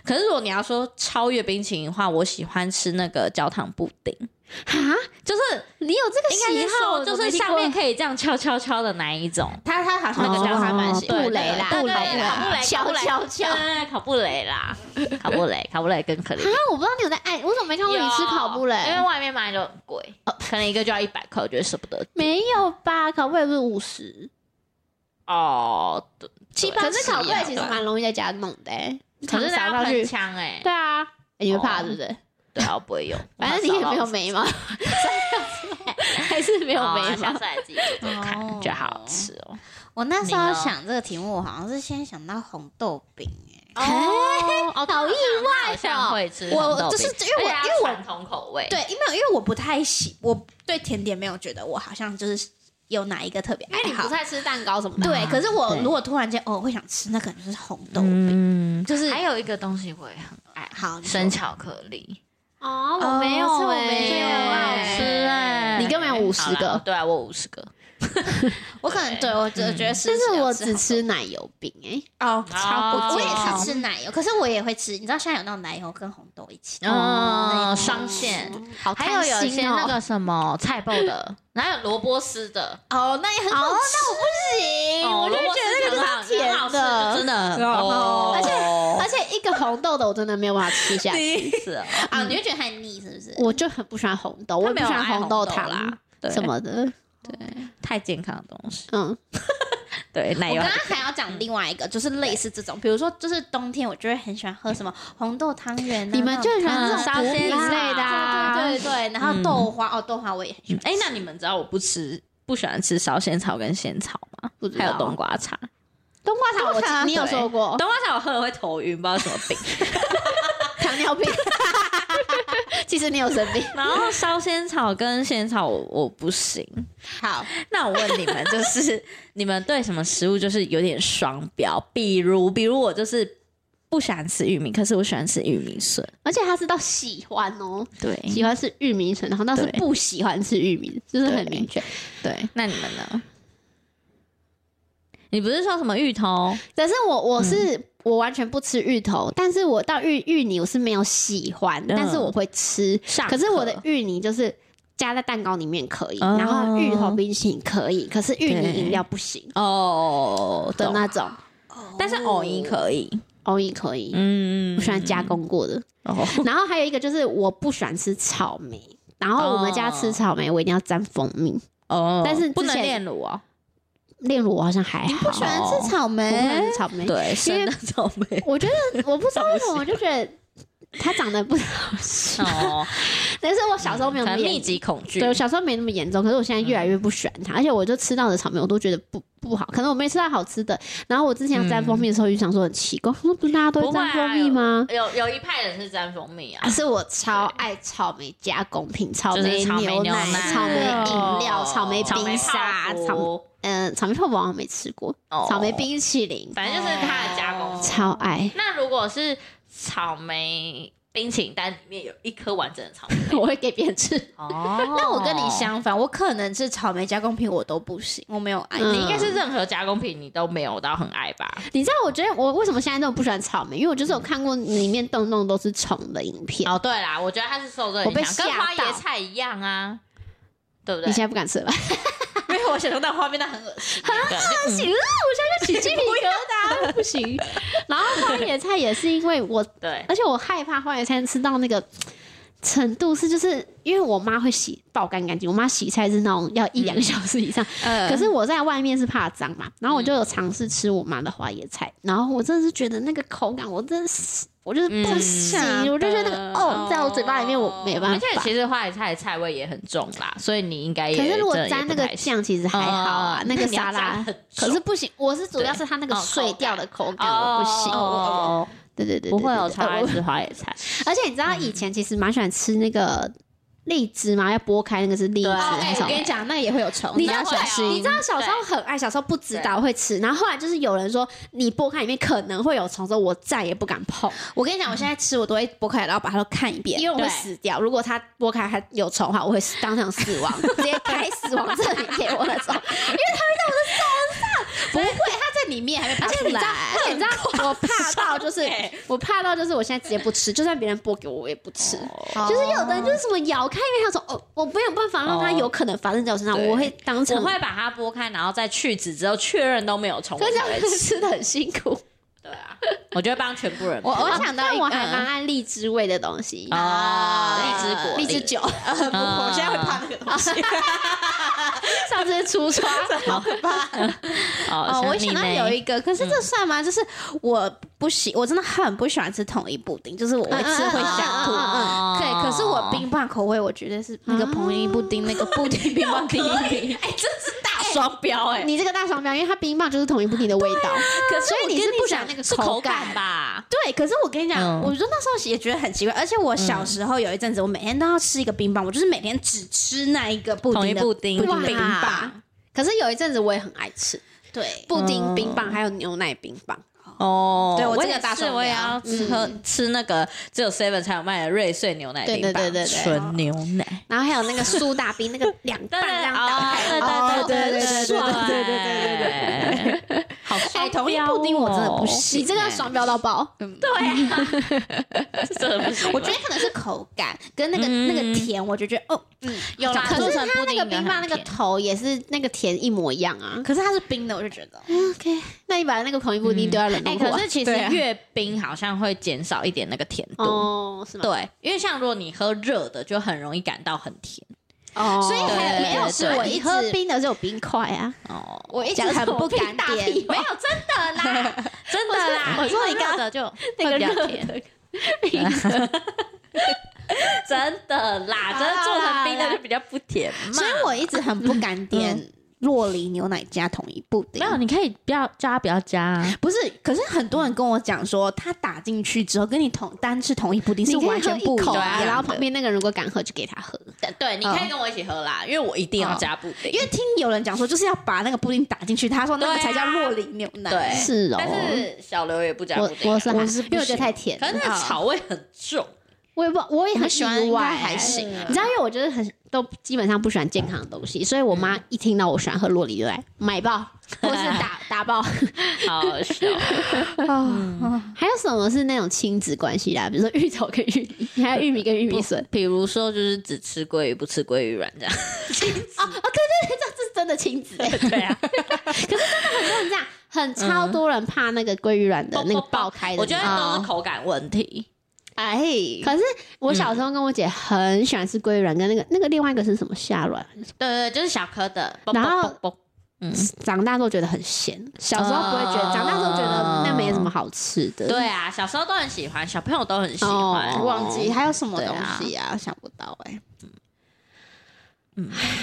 Speaker 1: 可是如果你要说超越冰淇淋的话，我喜欢吃那个焦糖布丁，
Speaker 3: 哈，
Speaker 1: 就是
Speaker 3: 你有这个
Speaker 1: 应该
Speaker 3: 喜
Speaker 1: 是
Speaker 3: 好，
Speaker 1: 说就是
Speaker 3: 下
Speaker 1: 下面可以这样敲敲敲的那一种。
Speaker 2: 他他好像
Speaker 1: 那
Speaker 2: 那
Speaker 1: 个
Speaker 2: 个
Speaker 1: 叫
Speaker 2: 叫
Speaker 1: 还
Speaker 2: 还
Speaker 1: 蛮
Speaker 2: 蛮
Speaker 1: 喜
Speaker 2: 喜
Speaker 1: 欢
Speaker 2: 欢
Speaker 3: 布雷啦，
Speaker 1: 对
Speaker 3: 布
Speaker 1: 对
Speaker 3: 雷
Speaker 1: 对
Speaker 3: 啦
Speaker 1: 布雷，
Speaker 3: 敲
Speaker 1: 布雷
Speaker 3: 敲
Speaker 1: 对
Speaker 3: 敲。
Speaker 1: 对对，烤布雷啦，烤布雷，烤布雷更可怜
Speaker 3: 啊。！我不知道你有在爱，我怎么没看过你吃烤布雷？
Speaker 1: 有啊因为外面买就很贵，可能一个就要一百块，我觉得舍不得。
Speaker 3: 没有吧？烤布雷不是五十，
Speaker 1: 哦，对
Speaker 3: 七
Speaker 1: 八
Speaker 3: 可是
Speaker 1: 十
Speaker 3: 烤布雷
Speaker 1: 啊
Speaker 3: 其实
Speaker 1: 对
Speaker 3: 蛮容易在家弄的、欸，
Speaker 1: 可是
Speaker 3: 撒
Speaker 1: 那
Speaker 3: 上
Speaker 1: 要喷
Speaker 3: 去。
Speaker 1: 枪哎，
Speaker 3: 对啊，欸你会怕
Speaker 1: 哦
Speaker 3: 是不是？
Speaker 1: 对啊，我不会用，
Speaker 3: 反正你也没有眉毛， 还是没
Speaker 1: 没
Speaker 3: 有眉毛
Speaker 1: 下。次来自己做做看，
Speaker 2: 哦
Speaker 1: 觉得好好吃哦。
Speaker 2: 我那时
Speaker 1: 你
Speaker 2: 候
Speaker 1: 呢
Speaker 2: 想这个题目，我好像是先想到红豆饼、
Speaker 1: 哦，
Speaker 2: 欸，
Speaker 1: 好意外好
Speaker 3: 哦
Speaker 1: 像会吃
Speaker 2: 我
Speaker 1: 红豆
Speaker 2: 就是
Speaker 1: 饼
Speaker 2: 因为我
Speaker 1: 而且它
Speaker 2: 因为我
Speaker 1: 传统口味，
Speaker 2: 对，因为因为我不太喜，我对甜点没有觉得我好像就是有哪一个特别
Speaker 3: 因为
Speaker 2: 爱
Speaker 3: 哎你不
Speaker 2: 好。
Speaker 3: 太吃蛋糕什么的。
Speaker 2: 对，可是我
Speaker 3: 啊对
Speaker 2: 如果突然间哦，我会想吃那个就是红豆饼，
Speaker 1: 嗯，
Speaker 2: 就是
Speaker 1: 还有一个东西我也很爱，
Speaker 2: 好你说
Speaker 1: 生巧克力，
Speaker 3: 哦，
Speaker 2: 我没有
Speaker 3: 我
Speaker 2: 欸
Speaker 3: 没有
Speaker 2: 很好
Speaker 3: 欸
Speaker 2: 吃哎
Speaker 3: 你根本有50个
Speaker 1: 好啦对啊，我五十个，
Speaker 2: 我可能对我只觉得是，
Speaker 3: 嗯但是我只吃奶油饼哎，
Speaker 2: 哦，
Speaker 1: 超
Speaker 2: 超
Speaker 1: 不
Speaker 2: 我
Speaker 1: 健康
Speaker 2: 也是吃奶油，可是我也会吃，你知道现在有那种奶油跟红豆一起，
Speaker 1: 哦，
Speaker 2: 哦
Speaker 1: 双线，
Speaker 3: 好
Speaker 1: 还有有一
Speaker 3: 贪
Speaker 1: 些
Speaker 3: 心哦
Speaker 1: 那个什么菜爆 的，哪有萝卜丝的？
Speaker 2: 哦，那也很好吃，
Speaker 1: 哦
Speaker 2: 我就觉得那个就是甜
Speaker 1: 萝卜丝很好
Speaker 3: 嗯
Speaker 2: 的
Speaker 1: 很好吃就真的
Speaker 2: 哦
Speaker 1: 呃而
Speaker 2: 而且
Speaker 3: 而且一个红豆的我真的没有办法吃下去，
Speaker 1: 且是哦
Speaker 2: 啊，你就觉得很腻，是不是？
Speaker 3: 我就很不喜欢红豆，我也不喜欢红豆汤
Speaker 1: 啦， 对
Speaker 3: 什么的，
Speaker 1: 太健康的东西，
Speaker 3: 嗯，
Speaker 1: 对奶
Speaker 2: 我
Speaker 1: 油
Speaker 2: 刚刚还要讲另外一个，就是类似这种，比如说，就是冬天，我就会很喜欢喝什么红豆汤圆、啊，
Speaker 3: 你们就很喜欢
Speaker 1: 嗯
Speaker 3: 这种
Speaker 1: 烧
Speaker 3: 补
Speaker 1: 仙
Speaker 3: 品
Speaker 1: 草
Speaker 3: 类的啊，
Speaker 2: 对对对，然后豆花、哦，豆花我也很喜欢。
Speaker 1: 哎、那你们知道我不吃不喜欢吃烧仙草跟仙草吗？
Speaker 3: 不知道
Speaker 1: 还有冬瓜茶，
Speaker 3: 冬瓜茶我
Speaker 2: 冬瓜
Speaker 3: 记
Speaker 2: 茶
Speaker 3: 你有说过
Speaker 1: 冬瓜茶我喝了会头晕，不知道什么病。
Speaker 3: 糖尿病，其实你有生病，
Speaker 1: 然后烧仙草跟仙草我我不行。
Speaker 3: 哦
Speaker 2: 好，
Speaker 1: 那我问你们，就是 你们对什么食物就是有点双标？比如，比如我就是不喜欢吃玉米，可是我喜欢吃玉米笋。
Speaker 3: 而且他是到喜欢哦，
Speaker 1: 对
Speaker 3: 喜欢吃玉米笋，然后但是
Speaker 1: 嗯对
Speaker 3: 不喜欢吃玉米，就是很
Speaker 1: 对
Speaker 3: 明确。
Speaker 1: 对，那你们呢？你不是说什么芋头？
Speaker 3: 但是我
Speaker 1: 嗯
Speaker 3: 我是、我完全不吃芋头，但是我到芋芋泥我是没有喜欢，
Speaker 1: 嗯
Speaker 3: 但是我会吃。
Speaker 1: 上
Speaker 3: 可是我的
Speaker 1: 课
Speaker 3: 芋泥就是加在蛋糕里面可以，
Speaker 1: 哦
Speaker 3: 然后芋头冰淇淋可以，可是芋
Speaker 1: 对
Speaker 3: 泥饮料不行
Speaker 1: 哦
Speaker 3: 的
Speaker 1: 懂
Speaker 3: 那种，
Speaker 1: 但是藕泥可以。
Speaker 3: 偶尔可以。
Speaker 1: 嗯
Speaker 3: 哦我喜欢加。工过的。
Speaker 1: 哦
Speaker 3: 然后还有一个就是我不喜欢吃草莓，然后我们家吃草莓我一定要沾蜂蜜。
Speaker 1: 哦
Speaker 3: 但是
Speaker 1: 不能
Speaker 3: 之前
Speaker 1: 炼乳哦。
Speaker 3: 炼乳我好像还好，
Speaker 2: 不喜欢吃草
Speaker 3: 我不喜欢
Speaker 2: 莓，
Speaker 3: 吃草莓。
Speaker 1: 对，
Speaker 3: 因
Speaker 1: 生
Speaker 3: 为
Speaker 1: 的草莓
Speaker 3: 我觉得我不知道为什么，我就觉得它长得不 好吃。
Speaker 1: 哦，
Speaker 3: 但是我小时候没有
Speaker 1: 可
Speaker 3: 那么
Speaker 1: 能密
Speaker 3: 严
Speaker 1: 集恐惧
Speaker 3: 对，我。小时候没那么严重，可是我现在越来越不喜欢它，而且我就吃到的草莓我都觉得不不好，可能我没吃到好吃的。然后我之前要沾蜂蜜的时候，就想说很奇怪，我说不是大家都会沾蜂蜜吗？
Speaker 1: 有有一派人是沾蜂蜜啊
Speaker 3: 可，是我超爱草莓加工品，草莓
Speaker 1: 就是草莓
Speaker 3: 牛
Speaker 1: 牛奶哦
Speaker 3: 奶、草莓饮料、草莓
Speaker 1: 草莓
Speaker 3: 冰沙、
Speaker 1: 泡芙
Speaker 3: 草嗯草莓泡芙我好像没吃过，
Speaker 1: 哦
Speaker 3: 草莓冰淇淋
Speaker 1: 反正就是它的加工。
Speaker 3: 超爱，
Speaker 1: 那如果是草莓冰淇淋，但里面有一颗完整的草莓，
Speaker 3: 我会给别人吃。
Speaker 1: 哦，
Speaker 2: 那我跟你，相反，我可能是草莓加工品我都不行，我没有爱。
Speaker 3: 嗯
Speaker 1: 你应该是任何加工品你都没有到很爱吧？
Speaker 3: 你知道我觉得我为什么现在那么不喜欢草莓？因为我就是有看过里面动不动都是虫的影片，
Speaker 1: 哦，对啦，我觉得它是受这个
Speaker 3: 我被
Speaker 1: 影响，跟
Speaker 3: 吓
Speaker 1: 花
Speaker 3: 到
Speaker 1: 椰菜一样啊，对不对？
Speaker 3: 你现 在不敢吃了吧？
Speaker 2: 因为我想到那画面，那很恶心。
Speaker 1: 对就嗯
Speaker 3: 行了，我现在就起鸡皮
Speaker 1: 啊
Speaker 3: 疙瘩，不行。 然后花野菜也是因为我，
Speaker 1: 对，
Speaker 3: 而且我害怕花野菜吃到那个程度是，就是因为我妈会洗爆干干净，我妈洗菜是那种要一两
Speaker 1: 嗯
Speaker 3: 个小时以上。
Speaker 2: 呃
Speaker 3: 可是我在外面是怕脏嘛，然后我就
Speaker 1: 嗯
Speaker 3: 有尝试吃我妈的花椰菜，然后我真的是觉得那个口感，我真的是，我就是不行，
Speaker 2: 嗯
Speaker 3: 我就觉得那个哦，在我嘴巴里面我没
Speaker 1: 而
Speaker 3: 办法
Speaker 1: 且。其实花椰菜的菜味也很重啦，所以你应该也
Speaker 3: 可是如果
Speaker 1: 真的也
Speaker 3: 沾
Speaker 1: 不
Speaker 3: 那个
Speaker 1: 太行
Speaker 3: 酱，其实还好啊，
Speaker 1: 哦
Speaker 3: 那个
Speaker 1: 你要
Speaker 3: 沙
Speaker 1: 沾
Speaker 3: 拉
Speaker 1: 很
Speaker 3: 可是不行，我是主要是它那个
Speaker 1: 哦
Speaker 3: 碎掉的口感，
Speaker 1: 哦
Speaker 3: 我不行。
Speaker 1: 哦
Speaker 3: 对对对，对
Speaker 1: 不会有
Speaker 3: 对对
Speaker 1: 超爱
Speaker 3: 我
Speaker 1: 吃花椰菜，
Speaker 3: 而且你知道
Speaker 1: 嗯
Speaker 3: 以前其实蛮喜欢吃那个荔枝嘛，要剥开那个是荔枝
Speaker 1: 对
Speaker 2: 哦，
Speaker 3: 还
Speaker 2: 哎
Speaker 3: 是
Speaker 2: 我
Speaker 3: 什
Speaker 2: 跟
Speaker 3: 么？
Speaker 2: 你讲，那也会有虫。
Speaker 3: 你
Speaker 2: 知道
Speaker 1: 那会
Speaker 3: 小
Speaker 1: 哦
Speaker 3: 心！你知道小时候很爱，小时候不知道会吃，然后后来就是有人说你剥开里面可能会有虫，之后我再也不敢碰，
Speaker 2: 我跟你讲，我现在吃我都会剥开来，然后把它都看一遍，
Speaker 3: 因为我会
Speaker 2: 对
Speaker 3: 死掉。如果它剥开还有虫的话，我会当场 死亡，直接开死亡证明给我的虫。
Speaker 2: 不会，它在里面还没拔
Speaker 3: 而且
Speaker 2: 出
Speaker 3: 你知道，
Speaker 2: 来。
Speaker 3: 而且你知道我怕到 就是
Speaker 1: 欸
Speaker 3: 我怕到就是我现在直接不吃，就算别人剥给我，我也不吃。
Speaker 2: 哦
Speaker 3: 就是有的人就是什么咬开，因为他说哦，我没有办法让它有可能发生在我身上，
Speaker 1: 哦对
Speaker 3: 我会当
Speaker 1: 我
Speaker 3: 场
Speaker 1: 会把它剥开，然后再去籽之后确认都没有虫，
Speaker 3: 可
Speaker 1: 我
Speaker 3: 是这
Speaker 1: 才会
Speaker 3: 样
Speaker 1: 吃
Speaker 3: 子吃的很辛苦。
Speaker 1: 我就会帮全部人剥。
Speaker 2: 我我想到
Speaker 3: 但
Speaker 2: 一
Speaker 3: 我还蛮
Speaker 2: 个，
Speaker 3: 爱荔枝味的东西
Speaker 1: 哦
Speaker 3: 呃
Speaker 1: 荔
Speaker 3: 荔
Speaker 1: 枝
Speaker 3: 枝
Speaker 1: 果
Speaker 3: 酒。
Speaker 2: 我现在会怕那个东西。
Speaker 3: 上次出 差，好
Speaker 1: 哦
Speaker 2: 哦，我想到嗯有一个，可是这算吗？就是我不喜，我真的很不喜欢吃统一布丁，就是我会吃会想吐。
Speaker 3: 嗯嗯嗯嗯
Speaker 1: 嗯
Speaker 2: 对，可是我冰棒口味，我觉得是那个统一布丁，那个布丁冰 棒第一名。
Speaker 1: 哎，这是大双标哎，
Speaker 3: 你这个大双标，因为它冰棒就是同一部你的味道，
Speaker 1: 啊可是
Speaker 2: 所以
Speaker 1: 我
Speaker 2: 你
Speaker 1: 跟
Speaker 2: 是不
Speaker 1: 讲
Speaker 2: 想那个
Speaker 1: 是
Speaker 2: 口
Speaker 1: 口
Speaker 2: 感
Speaker 1: 吧？
Speaker 2: 对，可是我跟你讲，
Speaker 1: 嗯
Speaker 2: 我就那时候也觉得很奇怪，而且我小时候有一阵子，我每天都要吃一个冰棒，我就是每天只吃那一个布
Speaker 1: 统一
Speaker 2: 丁的
Speaker 1: 布丁
Speaker 2: 布丁
Speaker 3: 哇
Speaker 2: 冰棒。
Speaker 3: 可是有一阵子我也很爱吃
Speaker 2: 对，
Speaker 3: 布
Speaker 1: 嗯
Speaker 3: 丁冰棒，还有牛奶冰棒。
Speaker 1: 哦
Speaker 2: 对我这
Speaker 1: 也
Speaker 2: 个大
Speaker 1: 是，
Speaker 2: 双
Speaker 1: 我也
Speaker 2: 标
Speaker 1: 要吃喝吃那个只有 Seven 才有卖的瑞穗牛奶
Speaker 3: 对
Speaker 1: 冰
Speaker 3: 对
Speaker 1: 棒，
Speaker 3: 对对对
Speaker 1: 纯牛奶。
Speaker 3: 然后还有那个苏打冰，那个两
Speaker 1: 对
Speaker 3: 半这样打开，
Speaker 1: 哦
Speaker 2: 对对对
Speaker 1: 对对
Speaker 2: 对对
Speaker 1: 对对对对对对，好
Speaker 2: 哎，
Speaker 1: 双
Speaker 2: 统一
Speaker 1: 标
Speaker 2: 布丁我真的
Speaker 1: 哦
Speaker 2: 不行，
Speaker 3: 你这个双标到爆。
Speaker 1: 真的不行
Speaker 2: 我觉得可能是口感跟那个
Speaker 1: 嗯
Speaker 2: 那个甜，我就觉得哦，
Speaker 1: 有啦，
Speaker 3: 嗯可
Speaker 1: 做
Speaker 3: 是它
Speaker 1: 成布
Speaker 3: 那
Speaker 1: 丁
Speaker 3: 个
Speaker 1: 应该
Speaker 3: 冰棒那
Speaker 1: 很
Speaker 3: 个
Speaker 1: 甜
Speaker 3: 头也是那个甜一模一样啊。
Speaker 2: 可是它是冰的，我就觉得
Speaker 3: OK，那你把那个同一布丁丢在冷
Speaker 1: 哎、
Speaker 3: 冻库
Speaker 1: 可
Speaker 3: 啊
Speaker 1: 是其实
Speaker 2: 对啊
Speaker 1: 越冰好像会减少一点那个甜度。
Speaker 3: 哦，是吗？
Speaker 1: 对，因为像如果你喝热的，就很容易感到很甜
Speaker 3: 哦，
Speaker 2: 所以
Speaker 1: 还有没有是
Speaker 2: 我一
Speaker 3: 你
Speaker 2: 直
Speaker 3: 喝冰的是有冰块啊。
Speaker 1: 哦。
Speaker 2: 我一直
Speaker 3: 讲什
Speaker 2: 很
Speaker 3: 么
Speaker 2: 不
Speaker 3: 屁
Speaker 2: 敢
Speaker 3: 大
Speaker 2: 点
Speaker 3: 屁，
Speaker 1: 没有真的 啦，真的啦。你
Speaker 3: 我说我说你刚
Speaker 1: 热的就
Speaker 3: 那
Speaker 1: 会
Speaker 3: 个
Speaker 1: 比较
Speaker 3: 热
Speaker 1: 甜，
Speaker 3: 的
Speaker 1: 真的啦，
Speaker 2: 好啦
Speaker 1: 真的做成冰
Speaker 2: 好
Speaker 1: 的
Speaker 2: 啦
Speaker 1: 就比较不甜嘛。
Speaker 2: 所以我一直很不敢
Speaker 3: 嗯
Speaker 2: 点洛梨牛奶加统一布丁
Speaker 1: 没。有，你可以不要加，不要加、啊。
Speaker 2: 不是，可是很多人跟我讲说，他打进去之后跟你同单吃同一布丁
Speaker 3: 你
Speaker 2: 是
Speaker 3: 可以
Speaker 2: 完全
Speaker 3: 喝一
Speaker 2: 不一
Speaker 3: 口
Speaker 2: 样
Speaker 3: 啊，
Speaker 2: 的，
Speaker 3: 然后旁边那个人如果敢喝就给他喝。
Speaker 1: 对，你可以跟我一起喝啦，因为我一定要加布丁。
Speaker 2: 因为听有人讲说，就是要把那个布丁打进去，他说那个
Speaker 1: 对啊
Speaker 2: 才叫洛梨牛奶。哎
Speaker 1: 对
Speaker 3: 是哦
Speaker 1: 但，是小刘也不加
Speaker 3: 我
Speaker 1: 布丁啊，
Speaker 3: 我是
Speaker 2: 我
Speaker 3: 还
Speaker 2: 是不
Speaker 3: 因为我
Speaker 2: 行
Speaker 3: 觉得太甜
Speaker 1: 可
Speaker 3: 了，
Speaker 1: 是那个草味很 重。
Speaker 3: 我也不我也
Speaker 2: 我
Speaker 3: 很
Speaker 2: 喜欢
Speaker 3: 意
Speaker 2: 应
Speaker 3: 外
Speaker 2: 该还行啊
Speaker 3: 你知道，因为我就是很都基本上不喜欢健康的东西，所以我妈一听到我喜欢喝洛梨就来买爆，或是打打爆。
Speaker 1: 好笑，
Speaker 2: 嗯
Speaker 3: 还有什么是那种亲子关系啊啦？比如说芋头跟芋泥，还有玉米跟玉 米笋。
Speaker 1: 比如说就是只吃鲑鱼不吃鲑鱼卵这样，
Speaker 3: 哦哦，对对对，这这是真的亲子欸。
Speaker 1: 对啊，
Speaker 3: 很多人这样，很超多人怕那个鲑鱼卵的那个爆开的那
Speaker 1: 嗯
Speaker 3: 个。
Speaker 1: 我觉得都是口感问题。
Speaker 2: 哎，对
Speaker 3: 可是我小时候跟我姐很喜欢吃鲑鱼卵，跟那个那个另外一个是什么虾卵，
Speaker 1: 对对，对就是小颗的，啵
Speaker 3: 然后
Speaker 1: 啵啵啵
Speaker 3: 长大之后觉得很咸，小时候不会觉得，
Speaker 1: 哦
Speaker 3: 长大之后觉得那没什么好吃的。
Speaker 1: 对啊，小时候都很喜欢，小朋友都很喜
Speaker 3: 哦
Speaker 1: 欢。
Speaker 2: 忘记还有什么
Speaker 1: 对
Speaker 2: 东
Speaker 1: 啊
Speaker 2: 西啊？想不到哎。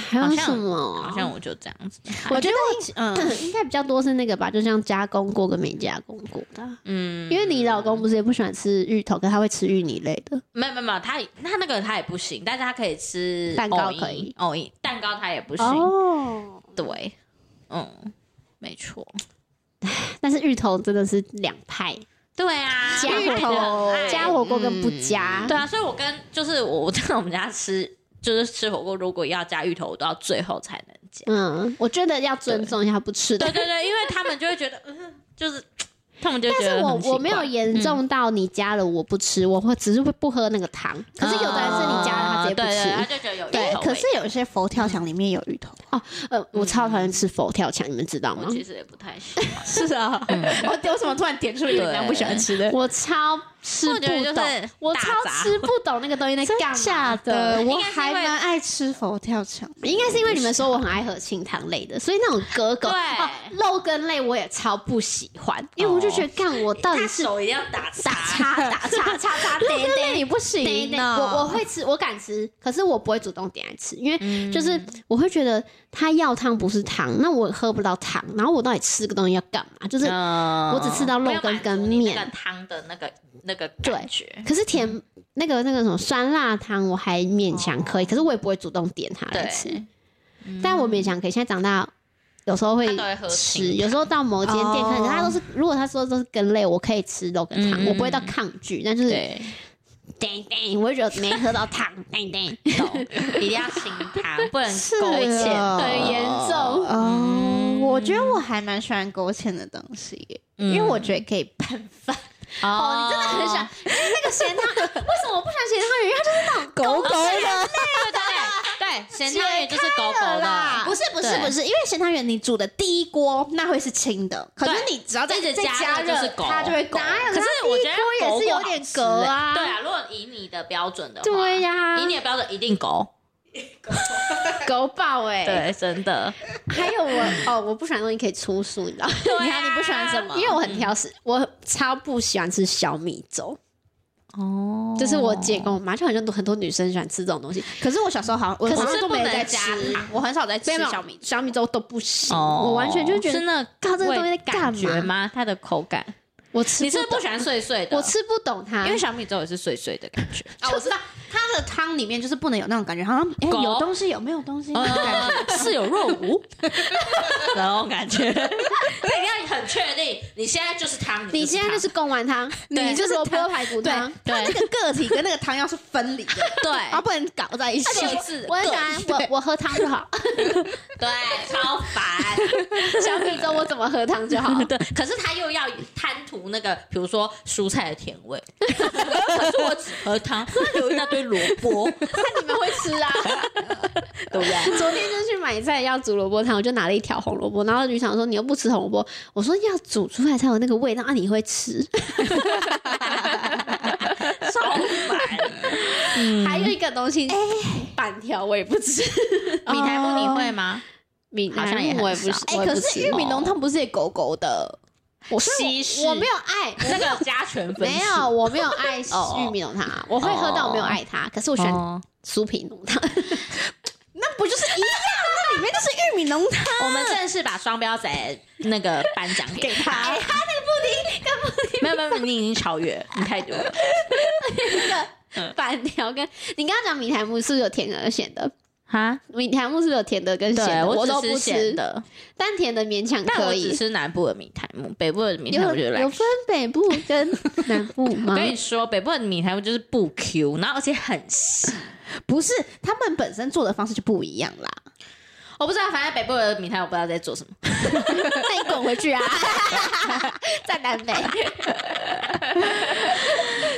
Speaker 3: 还有什么？
Speaker 1: 好像我就这样子，
Speaker 2: 我觉得嗯，
Speaker 3: 应该比较多是那个吧，就像加工过跟没加工过的啊。
Speaker 1: 嗯，
Speaker 3: 因为你老公不是也不喜欢吃芋头，可他会吃芋泥类的。
Speaker 1: 没有没有没有，他他那个他也不行，但是他可以吃
Speaker 3: 蛋糕
Speaker 1: 藕泥
Speaker 3: 可以，
Speaker 1: 藕泥蛋糕他也不行，
Speaker 3: 哦，
Speaker 1: 对，嗯，没错，
Speaker 3: 但是芋头真的是两派，
Speaker 1: 对啊，
Speaker 3: 加
Speaker 1: 芋
Speaker 3: 火
Speaker 1: 头
Speaker 3: 锅加火锅跟不加。
Speaker 1: 对啊，所以我跟就是我我在我们家吃， 就是吃火锅，如果要加芋头，我都要最后才能加。
Speaker 3: 嗯，我觉得要尊重一下不吃的
Speaker 1: 对。对对，因为他们就会觉得，嗯，就是他们就觉
Speaker 3: 但
Speaker 1: 得
Speaker 3: 是我
Speaker 1: 很奇怪嗯
Speaker 3: 我没有严重到你加了我不吃，我会只是会不喝那个汤。可是有的人是你加了他直接不
Speaker 1: 对啊嗯对，他就
Speaker 3: 吃。
Speaker 1: 觉得有芋
Speaker 2: 对
Speaker 1: 头。
Speaker 2: 可是有一些佛跳墙里面有芋头，
Speaker 3: 呃，我超讨厌吃佛跳墙，你们知道
Speaker 1: 我
Speaker 3: 吗？
Speaker 1: 其实也不太喜欢，
Speaker 2: 是啊， 我我怎么突然点出一个人家不喜欢吃的？
Speaker 3: 我超吃
Speaker 1: 我
Speaker 3: 不
Speaker 1: 觉得就是
Speaker 3: 懂，我超
Speaker 1: 大杂
Speaker 3: 吃不懂那个东西在干嘛
Speaker 2: 的，我
Speaker 1: 应该是因
Speaker 2: 还
Speaker 1: 为
Speaker 2: 蛮爱吃佛跳墙的。
Speaker 3: 应该是因为你们说我很爱喝清汤类的，所以那种格格
Speaker 1: 对
Speaker 3: 哦肉羹类我也超不喜欢，因为我就觉得干我到底
Speaker 1: 他
Speaker 3: 是
Speaker 1: 哦手一定要打
Speaker 3: 打
Speaker 1: 叉。
Speaker 3: 叉打叉叉叉对对对
Speaker 2: 你不
Speaker 3: 对
Speaker 2: 行
Speaker 3: 对，
Speaker 2: 呢，
Speaker 3: 我我会吃，我敢吃，可是我不会主动点来吃，因为就是我会觉得他要汤不是汤，那我喝不到汤，然后我到底吃个东西要干嘛？就是
Speaker 1: 嗯
Speaker 3: 我只吃到肉羹跟面
Speaker 1: 没有满足你那个汤的那个那个感觉。
Speaker 3: 可是甜那个那个什么酸辣汤我还勉强可以，可是我也不会主动点它来吃
Speaker 1: 对，
Speaker 3: 但我勉强可以。现在长大。有时候会
Speaker 1: 他都会喝
Speaker 3: 吃，
Speaker 1: 清
Speaker 3: 有时候到某间店，
Speaker 2: 哦
Speaker 3: 可能他都是，如果他说都是羹类，我可以吃肉羹汤，
Speaker 1: 嗯
Speaker 3: 我不会到抗拒，但就是
Speaker 1: 对，
Speaker 3: 叮叮，我就觉得没喝到汤，叮叮，
Speaker 1: 懂一定要清汤，不能勾芡。
Speaker 2: 啊
Speaker 3: 很严重。
Speaker 2: 哦，我觉得我还蛮喜欢勾芡的东西耶，因为我觉得可以拌饭。
Speaker 1: 哦
Speaker 2: 哦，你真的很想，因为那个咸汤，为什么我不喜欢咸汤鱼？因为它就是那种
Speaker 3: 狗狗的。
Speaker 1: 哦对对对，咸汤鱼就是狗狗的，
Speaker 2: 不是不是
Speaker 1: 对
Speaker 2: 不是，因为咸汤圆你煮的第一锅那会是清的，可是
Speaker 1: 对
Speaker 2: 你只要再
Speaker 1: 一直
Speaker 2: 再
Speaker 1: 加
Speaker 2: 加
Speaker 1: 热
Speaker 2: 热，
Speaker 1: 就是狗
Speaker 2: 它就会狗。
Speaker 3: 哪有
Speaker 1: 可是我觉
Speaker 2: 它
Speaker 1: 得
Speaker 2: 第一锅
Speaker 1: 狗
Speaker 2: 也是有
Speaker 1: 狗好
Speaker 2: 点
Speaker 1: 吃
Speaker 2: 隔
Speaker 1: 欸
Speaker 2: 啊
Speaker 1: 对啊，如果以你的标准的话，
Speaker 3: 对呀
Speaker 1: 以你的标准一定狗。
Speaker 2: 狗宝哎、
Speaker 1: 对，真的。
Speaker 3: 欸还有我哦，我不喜欢的东西可以出素，你知道吗？
Speaker 1: 对啊
Speaker 2: 你看你不喜欢什么？
Speaker 3: 因为我很挑食，我超不喜欢吃小米粥。
Speaker 1: 哦
Speaker 3: 就是我姐跟我妈，就很多很多女生喜欢吃这种东西，
Speaker 2: 可是我小时候好像，我
Speaker 1: 可是
Speaker 2: 好像都
Speaker 1: 不
Speaker 2: 没有
Speaker 1: 能
Speaker 2: 在
Speaker 1: 加
Speaker 2: 吃，我很少在吃
Speaker 3: 没有没有
Speaker 2: 小米粥。
Speaker 3: 小米粥都不行，
Speaker 1: 哦，
Speaker 3: 我完全就觉
Speaker 1: 是
Speaker 3: 得
Speaker 1: 那
Speaker 3: 靠这个东西在
Speaker 1: 感
Speaker 3: 干
Speaker 1: 觉
Speaker 3: 嘛？
Speaker 1: 吗？它的口感，
Speaker 3: 我吃
Speaker 1: 你是不是
Speaker 3: 懂
Speaker 1: 不喜欢碎碎的？
Speaker 3: 我，吃不懂它，
Speaker 1: 因为小米粥也是碎碎的感 觉。
Speaker 2: 啊，我知道它的汤里面就是不能有那种感觉，好像哎
Speaker 1: 狗
Speaker 2: 有东西有没有东西？
Speaker 1: 呃，似有若 无，然后感觉，那你要很确定，你现在就是汤，
Speaker 3: 你现在就是贡丸 汤，
Speaker 2: 对
Speaker 3: 你就是萝卜排骨
Speaker 2: 对
Speaker 3: 汤，，
Speaker 2: 它那个个体跟那个汤要是分离的，
Speaker 1: 啊对
Speaker 2: 然后不能搞在一起。
Speaker 1: 各自
Speaker 3: 我很喜
Speaker 2: 各
Speaker 3: 欢
Speaker 2: 对
Speaker 3: 我我喝汤 就好，
Speaker 1: 对，超 烦。
Speaker 3: 小米粥我怎么喝汤就 好。
Speaker 1: 对，可是他又要贪图那个，比如说蔬菜的甜 味，可是我只喝汤，那有一大堆萝卜，
Speaker 3: 那你们会吃啊？
Speaker 1: 对不对？
Speaker 3: 昨天就去买菜要煮萝卜汤，我就拿了一条红萝卜，然后女厂说你又不吃红萝卜，我说要煮出来才有那个味道啊，你会吃。
Speaker 1: 超烦。
Speaker 3: 还有一个东西，板条我也不吃，
Speaker 2: 哦
Speaker 1: 米苔木你会吗？
Speaker 3: 米
Speaker 1: 好像也很
Speaker 3: 我也不
Speaker 1: 少
Speaker 3: 吃，
Speaker 2: 哎，
Speaker 3: 我也
Speaker 2: 可
Speaker 3: 不
Speaker 2: 是
Speaker 3: 吃
Speaker 2: 玉米浓汤不是也狗狗的？
Speaker 3: 我
Speaker 1: 稀释
Speaker 3: 我我没有爱，
Speaker 1: 那个加权分
Speaker 3: 没有，我没有爱玉米浓汤，啊我会喝，但我没有爱它。可是我喜欢
Speaker 1: 哦，
Speaker 3: 酥皮浓汤，
Speaker 2: 那不就是一样？那里面就是玉米浓汤。
Speaker 1: 我们正式把双标仔那个颁奖给
Speaker 2: 哎
Speaker 1: 他。没有没有，没有你已经超越，你太多 了。
Speaker 3: 板条跟你刚刚讲米苔木是不是有甜的跟咸的？
Speaker 1: 哈，
Speaker 3: 米苔木是不是有甜的跟咸
Speaker 1: 对
Speaker 3: 的？
Speaker 1: 我
Speaker 3: 都
Speaker 1: 只
Speaker 3: 不
Speaker 1: 吃咸，的，
Speaker 3: 但甜的勉强
Speaker 1: 但我
Speaker 3: 可
Speaker 1: 只
Speaker 3: 以。
Speaker 1: 吃南部的米苔木，北部的米苔木
Speaker 3: 有
Speaker 1: 我就来
Speaker 3: 有嗯分北部跟南部
Speaker 1: 我
Speaker 3: 吗？
Speaker 1: 跟你说，北部的米苔木就是不 Q，然后而且很细。
Speaker 2: 不是，他们本身做的方式就不一样啦。
Speaker 1: 我不知道，反正北部的米苔我不知道在做什么。
Speaker 3: 那你滚 回去啊！在南北，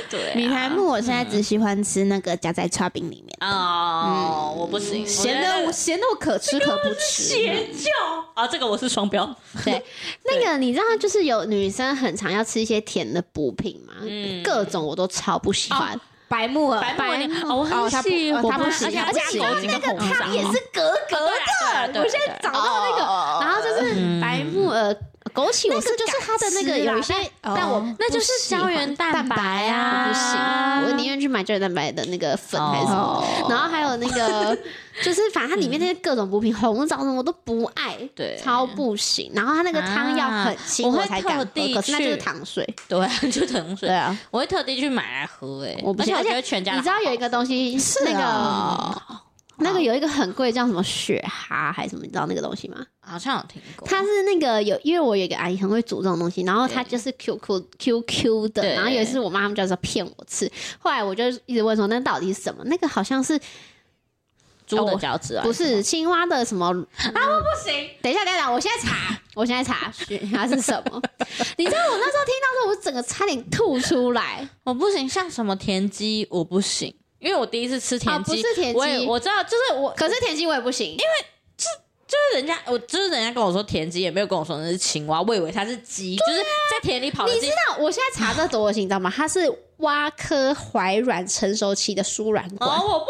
Speaker 1: 对、啊
Speaker 2: 米苔木，我现在只喜欢吃那个夹在叉饼里面，
Speaker 1: 哦，
Speaker 3: 嗯
Speaker 1: 我不行，
Speaker 2: 咸的我咸的我可吃可不吃。
Speaker 1: 邪教 啊，这个我是双标。
Speaker 3: 对， 那个你知道，就是有女生很常要吃一些甜的补品嘛，
Speaker 1: 嗯
Speaker 3: 各种我都超不喜欢。
Speaker 2: 白木耳，
Speaker 1: 白木耳哦我很
Speaker 2: 哦它不
Speaker 1: 喜
Speaker 2: 哦它
Speaker 1: 欢
Speaker 2: 不行，
Speaker 1: 而且
Speaker 2: 它
Speaker 1: 它
Speaker 2: 不哦
Speaker 1: 加
Speaker 2: 行
Speaker 1: 枸杞
Speaker 2: 那
Speaker 1: 跟
Speaker 2: 个
Speaker 1: 红
Speaker 2: 汤
Speaker 1: 枣
Speaker 2: 也是格格
Speaker 1: 啊对啊对
Speaker 2: 的。
Speaker 1: 啊
Speaker 2: 我现在找到那
Speaker 3: 哦
Speaker 2: 个，
Speaker 3: 然后就是白木耳、枸杞，我是就是它的那个有一些，
Speaker 2: 但
Speaker 3: 但我
Speaker 2: 哦
Speaker 1: 那就是胶原蛋白啊，
Speaker 3: 不行，我宁愿去买胶原蛋白的那个粉还是什么
Speaker 2: 哦
Speaker 3: 的。然后还有 那个，就是反正它里面那些各种补品，红枣什么我都不爱，
Speaker 1: 对
Speaker 3: 超不行。然后它那个汤要很
Speaker 1: 啊
Speaker 3: 清，
Speaker 1: 我会
Speaker 3: 我才敢
Speaker 1: 特地
Speaker 3: 喝，可是那就是
Speaker 1: 去
Speaker 3: 糖水。
Speaker 1: 对啊，就糖水。
Speaker 2: 啊，
Speaker 1: 我会特地去买来喝诶、
Speaker 3: 我不
Speaker 1: 而且
Speaker 3: 行
Speaker 1: 我觉
Speaker 3: 而
Speaker 1: 得全家的
Speaker 3: 你知道有一个东西是那个
Speaker 2: 啊
Speaker 3: 那个有一个很贵叫什么雪蛤还是什么，你知道那个东西吗？
Speaker 1: 好像有听过，
Speaker 3: 它是那个有，因为我有一个阿姨很会煮这种东西，然后她就是 QQ QQ 的，
Speaker 1: 对
Speaker 3: 然后有一次我妈他们就说骗我吃，后来我就一直问说那到底是什么？那个好像是
Speaker 1: 猪的脚趾啊，
Speaker 3: 不是青蛙的什么？啊
Speaker 1: 不行，
Speaker 3: 等一下，等一下，我现在 查，我现在查雪蛤是什么？你知道我那时候听到的时候，我整个差点吐出来。
Speaker 1: 我不行，像什么田鸡我不行，因为我第一次吃田
Speaker 3: 哦
Speaker 1: 鸡，
Speaker 3: 不是田鸡
Speaker 1: 我也我知道，就是我
Speaker 3: 可是田鸡我也不行，因为
Speaker 1: 就是人家，我就是人家跟我说田鸡，也没有跟我说那是青蛙，我以为它是鸡，就是在田里跑的
Speaker 3: 你
Speaker 1: 鸡
Speaker 3: 知。道我现在查这多恶心，你知道吗？它是蛙科怀卵成熟期的输卵管。
Speaker 1: 哦，我不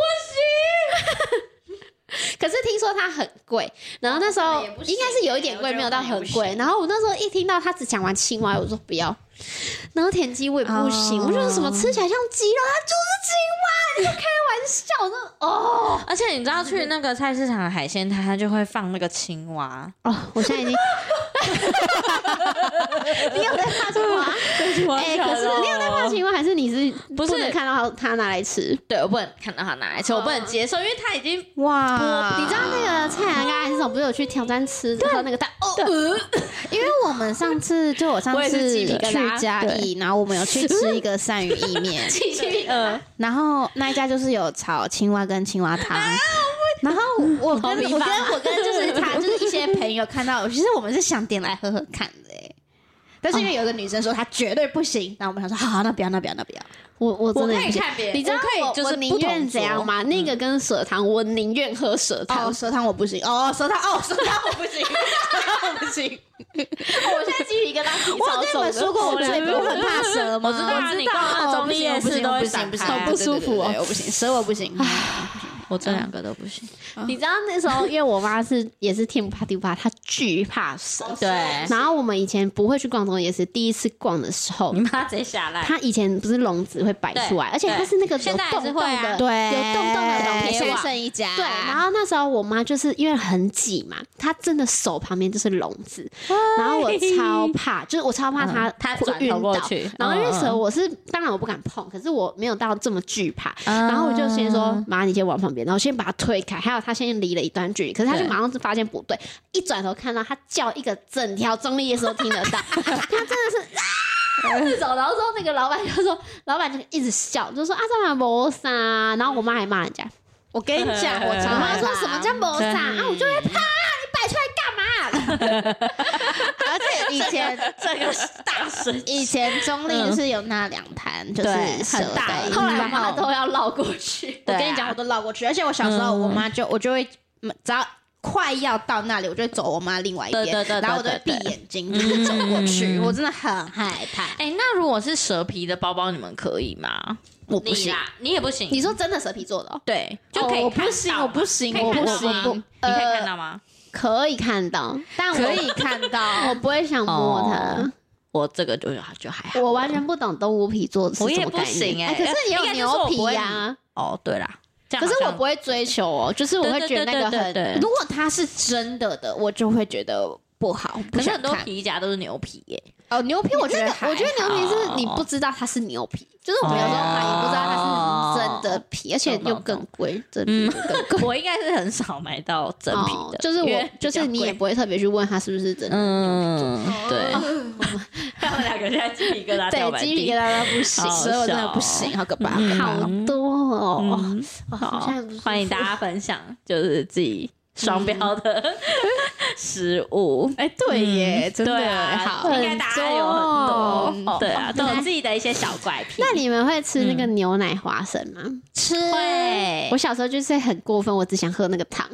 Speaker 3: 可是听说它很贵，然哦后那时
Speaker 2: 那
Speaker 3: 候
Speaker 2: 也不行
Speaker 3: 应该是有一点贵，
Speaker 2: 我觉得
Speaker 3: 没有到
Speaker 2: 我也
Speaker 3: 很
Speaker 2: 不行
Speaker 3: 贵。然后我那时候一听到他只讲完青蛙，我说不要。然后田鸡我也不行，
Speaker 1: 哦
Speaker 3: 我就是什么吃起来像鸡肉，它就是青蛙，你在开玩笑？我说哦
Speaker 1: 而且你知道去那个菜市场的海鲜摊，它就会放那个青蛙，
Speaker 3: 哦，我现在已经，你有在怕青蛙？哎、可是你有在怕青蛙，还是你是
Speaker 1: 不是
Speaker 3: 能看到它拿来吃？
Speaker 1: 对我不能看到它拿来吃，我不能
Speaker 3: 嗯
Speaker 1: 接受，因为它已经啊
Speaker 2: 哇！
Speaker 3: 你知道那个蔡澜跟安总不是有去挑战吃，然后那个蛋哦，呃
Speaker 2: 因为我们上次就我上
Speaker 1: 我也是
Speaker 2: 次
Speaker 1: 鸡皮疙瘩
Speaker 2: 去嘉义，然后我们有去吃一个鳝鱼意面，
Speaker 3: 啊
Speaker 1: 呃，
Speaker 2: 然后那一家就是有
Speaker 1: 啊
Speaker 2: 炒青蛙跟青蛙汤，然后我
Speaker 1: 好
Speaker 2: 跟
Speaker 1: 迷
Speaker 2: 我
Speaker 1: 茫啊
Speaker 2: 跟我跟就是他就是一些朋朋友看到，其实我们是想点来喝喝看的、欸，但是因为有一个女生说她绝对不行，那我们想说好，那不要，那不要，那不要。
Speaker 3: 我我真
Speaker 1: 我
Speaker 3: 的
Speaker 1: 可以
Speaker 3: 不行
Speaker 1: 看别人
Speaker 3: 你知道
Speaker 1: 我可以
Speaker 3: 我
Speaker 1: 就是
Speaker 3: 我
Speaker 1: 不
Speaker 3: 宁愿
Speaker 1: 同
Speaker 3: 怎样
Speaker 1: 桌
Speaker 3: 吗？那个跟蛇汤，我宁愿喝蛇汤
Speaker 2: 哦，。蛇汤我不行，哦，蛇汤，哦，蛇汤我 不行，蛇汤我不行。
Speaker 3: 我现在鸡皮疙瘩起
Speaker 2: 我有跟你们说过我最不很怕蛇吗？
Speaker 1: 我知道啊你到那种夜市都会
Speaker 2: 行，
Speaker 1: 散
Speaker 2: 不行，
Speaker 1: 开
Speaker 2: 对
Speaker 3: 好不舒服哦
Speaker 2: 对对对我不行，蛇我不行。
Speaker 1: 我这两个都不行。
Speaker 3: 你知道那时候，因为我妈是也是天不怕地不怕，她巨怕蛇。
Speaker 1: 嗯对，
Speaker 3: 然后我们以前不会去逛中也是第一次逛的时候
Speaker 1: 你，妈直接下来，
Speaker 3: 它以前不是笼子会摆出来，
Speaker 1: 哎对
Speaker 3: 而且它是那个
Speaker 1: 对
Speaker 3: 有洞
Speaker 1: 现在还
Speaker 3: 洞
Speaker 1: 是会
Speaker 3: 的，
Speaker 1: 啊
Speaker 2: 对，
Speaker 3: 有洞洞的老铁
Speaker 2: 现在
Speaker 3: 网。
Speaker 2: 剩一家，
Speaker 3: 对，然后那时候我妈就是因为很挤嘛，她真的手旁边就是笼子，然后我超怕，就是我超怕她
Speaker 1: 哎嗯她
Speaker 3: 会
Speaker 1: 转头
Speaker 3: 晕
Speaker 1: 过
Speaker 3: 倒
Speaker 1: 去
Speaker 3: 然后因为
Speaker 1: 嗯嗯
Speaker 3: 蛇我是当然我不敢碰，可是我没有到这么惧怕，
Speaker 1: 嗯
Speaker 3: 然后我就先说妈，你先往旁边，然后先把它推开，还有她先离了一段距离，可是她就
Speaker 1: 对
Speaker 3: 马上就发现不对，一转头看到她叫一个整条中立夜市都听得到，她真的是啊走，然后之后那个老板就说，老板就一直笑，就说啊这哪谋杀，然后我妈还骂人家。
Speaker 2: 我跟你讲， 我
Speaker 3: 我
Speaker 2: 常
Speaker 3: 妈
Speaker 2: 常
Speaker 3: 说什么叫谋杀啊？我就会怕，你摆出来干 嘛？
Speaker 2: 而且以前
Speaker 1: 这个是大神
Speaker 2: 以前中立就是有那两摊，就是
Speaker 1: 对
Speaker 2: 蛇
Speaker 1: 很大
Speaker 2: 的
Speaker 1: 一
Speaker 3: 后来我
Speaker 1: 然
Speaker 3: 妈
Speaker 1: 后
Speaker 3: 都要绕过去。
Speaker 2: 我
Speaker 1: 对啊
Speaker 2: 跟你讲，我都绕过去。而且我小时候，
Speaker 1: 嗯
Speaker 2: 我妈就我就会，嗯只要快要到那里，我就会走我妈另外一边
Speaker 1: 对对对，对
Speaker 2: 然后我都会闭
Speaker 1: 对对
Speaker 2: 眼睛就是走过去。
Speaker 1: 嗯
Speaker 2: 我真的很害怕，
Speaker 1: 哎、那如果是蛇皮的包包，你们可以吗？
Speaker 2: 我不
Speaker 1: 你
Speaker 2: 行。
Speaker 1: 啦，你也不行。
Speaker 3: 你说真的蛇皮做的哦，
Speaker 1: 对，就可以、
Speaker 2: 哦我不行我不行
Speaker 1: 可以看到
Speaker 3: 我
Speaker 1: 吗
Speaker 3: 不
Speaker 1: 你
Speaker 3: 呃行
Speaker 1: 可以看到吗？
Speaker 3: 可以看到，但我
Speaker 2: 可以看到，
Speaker 3: 我不会想摸它
Speaker 1: 哦，我这个就就还好。
Speaker 3: 我完全不懂动物皮做的是
Speaker 1: 我
Speaker 3: 什
Speaker 1: 也
Speaker 3: 么
Speaker 1: 不
Speaker 3: 概
Speaker 1: 行
Speaker 3: 念。
Speaker 1: 哎
Speaker 3: 可是也有
Speaker 1: 应该就是
Speaker 3: 牛
Speaker 1: 我
Speaker 3: 皮
Speaker 1: 不会
Speaker 3: 呀，
Speaker 1: 哦，对啦，这样
Speaker 3: 可是
Speaker 1: 好
Speaker 3: 我
Speaker 1: 像
Speaker 3: 不会追求哦，就是我会觉得那个
Speaker 1: 对对对对
Speaker 3: 很
Speaker 1: 对
Speaker 2: 如果它是真的的，我就会觉得不好。不
Speaker 1: 可是
Speaker 2: 想
Speaker 1: 很多
Speaker 2: 看
Speaker 1: 皮夹都是牛皮耶、
Speaker 2: 哦，牛皮我觉得
Speaker 3: 那
Speaker 2: 还
Speaker 3: 个
Speaker 2: 好，
Speaker 3: 我觉得牛皮是你不知道它是牛皮，就是我们有时候买也不知道它是真
Speaker 1: 哦
Speaker 3: 的皮，而且又更贵，真的更贵。
Speaker 1: 我应该是很少买到真皮嗯的，
Speaker 3: 哦就是
Speaker 1: 因
Speaker 3: 我
Speaker 1: 为，
Speaker 3: 就是你也不会特别去问他是不是真的。
Speaker 1: 嗯，对。 他们两个现在鸡皮疙瘩掉
Speaker 3: 哦对，
Speaker 1: 满
Speaker 3: 鸡皮疙
Speaker 1: 地。
Speaker 3: 瘩都不行
Speaker 1: 好，
Speaker 2: 所以我真的不行，
Speaker 1: 笑哦
Speaker 2: 好可怕。
Speaker 3: 好多哦，
Speaker 1: 嗯，
Speaker 3: 好
Speaker 1: 好
Speaker 3: 像很不舒，服
Speaker 1: 欢迎大家分享，就是自己双标
Speaker 3: 嗯
Speaker 1: 的 食物。
Speaker 2: 哎，对
Speaker 1: 嗯
Speaker 2: 耶，真
Speaker 1: 对
Speaker 2: 的
Speaker 1: 啊
Speaker 2: 好。
Speaker 1: 应该大家有很
Speaker 3: 很多哦
Speaker 1: 多，对啊，都有自己的一些小怪癖。
Speaker 3: 那你们会吃那
Speaker 1: 嗯
Speaker 3: 个牛奶花生吗？
Speaker 2: 吃
Speaker 1: 会
Speaker 3: 我，小时候就是很过分，我只想喝那个汤。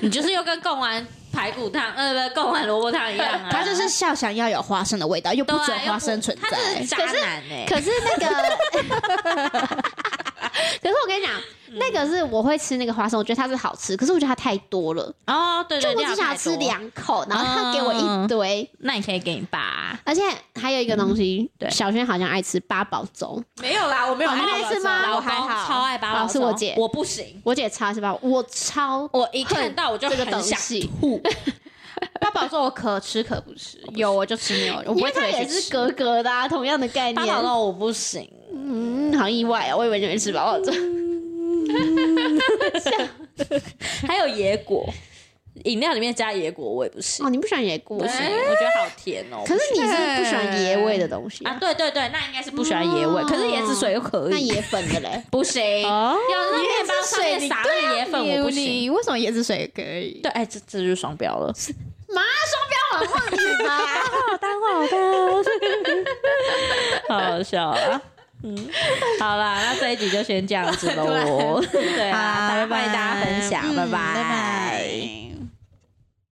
Speaker 1: 你就是又跟贡丸排骨汤，呃，不，贡丸萝卜汤一样啊，
Speaker 2: 它就是笑想要有花生的味道，又不
Speaker 1: 对啊
Speaker 2: 准
Speaker 1: 又不
Speaker 2: 花生存
Speaker 1: 他就是
Speaker 2: 在。
Speaker 1: 渣男哎，
Speaker 3: 可是那个，可是我跟你讲，那个是我会吃那个花生，我觉得它是好吃，可是我觉得它太多了，
Speaker 1: 哦，对
Speaker 3: 就
Speaker 1: 对，
Speaker 3: 我只
Speaker 1: 料
Speaker 3: 想要
Speaker 1: 太
Speaker 3: 吃
Speaker 1: 多，
Speaker 3: 两口，然后他给我一
Speaker 1: 嗯
Speaker 3: 堆。
Speaker 1: 那你可以给你爸啊，
Speaker 3: 而且还有一个东西，
Speaker 1: 对
Speaker 3: 小轩好像爱吃八宝粥，
Speaker 2: 没有啦，我没
Speaker 3: 有你爱吃吗
Speaker 1: 老
Speaker 2: 我
Speaker 1: 公
Speaker 2: 还
Speaker 1: 超
Speaker 2: 好。
Speaker 1: 爱八
Speaker 3: 哦
Speaker 1: 宝
Speaker 3: 是我
Speaker 1: 粥
Speaker 3: 姐
Speaker 1: 我不行，
Speaker 3: 我姐超爱吃八宝，我超
Speaker 1: 我一看到我就
Speaker 3: 这个东
Speaker 1: 很想
Speaker 3: 西，
Speaker 1: 吐，
Speaker 2: 八宝粥我可吃可不吃，有我就吃没有，我不
Speaker 3: 因
Speaker 2: 会
Speaker 3: 为
Speaker 2: 特
Speaker 3: 它
Speaker 2: 别
Speaker 3: 也
Speaker 2: 去
Speaker 3: 是
Speaker 2: 吃。
Speaker 3: 格格的、啊，同样的概
Speaker 1: 八
Speaker 3: 念。
Speaker 1: 宝粥我不行，
Speaker 3: 嗯，好意外啊、我以为你会吃八宝粥。
Speaker 1: 还有野果，饮料里面加野果我也不行
Speaker 3: 哦，，你不喜欢野果
Speaker 1: 不？行，我觉得好甜哦。
Speaker 3: 可是你是不喜欢野味的东西、
Speaker 1: 啊，
Speaker 3: 啊，
Speaker 1: 对对对，那应该是不喜欢野味，可是椰子水又可
Speaker 3: 那
Speaker 1: 以，。
Speaker 3: 野粉的嘞
Speaker 1: 不行，
Speaker 2: 哦
Speaker 1: 有那面包上面撒那野粉
Speaker 3: 啊
Speaker 1: 我不行。
Speaker 2: 为什么椰子水可以？
Speaker 1: 对，哎，这这就是双标了。
Speaker 3: 妈，双标我忘你 吧。
Speaker 1: 好 好笑啊！嗯，好啦，那这一 集就先这样子喽。对啊，
Speaker 2: 好
Speaker 1: 大家欢迎大家分享，
Speaker 2: 嗯
Speaker 1: 拜
Speaker 2: 拜拜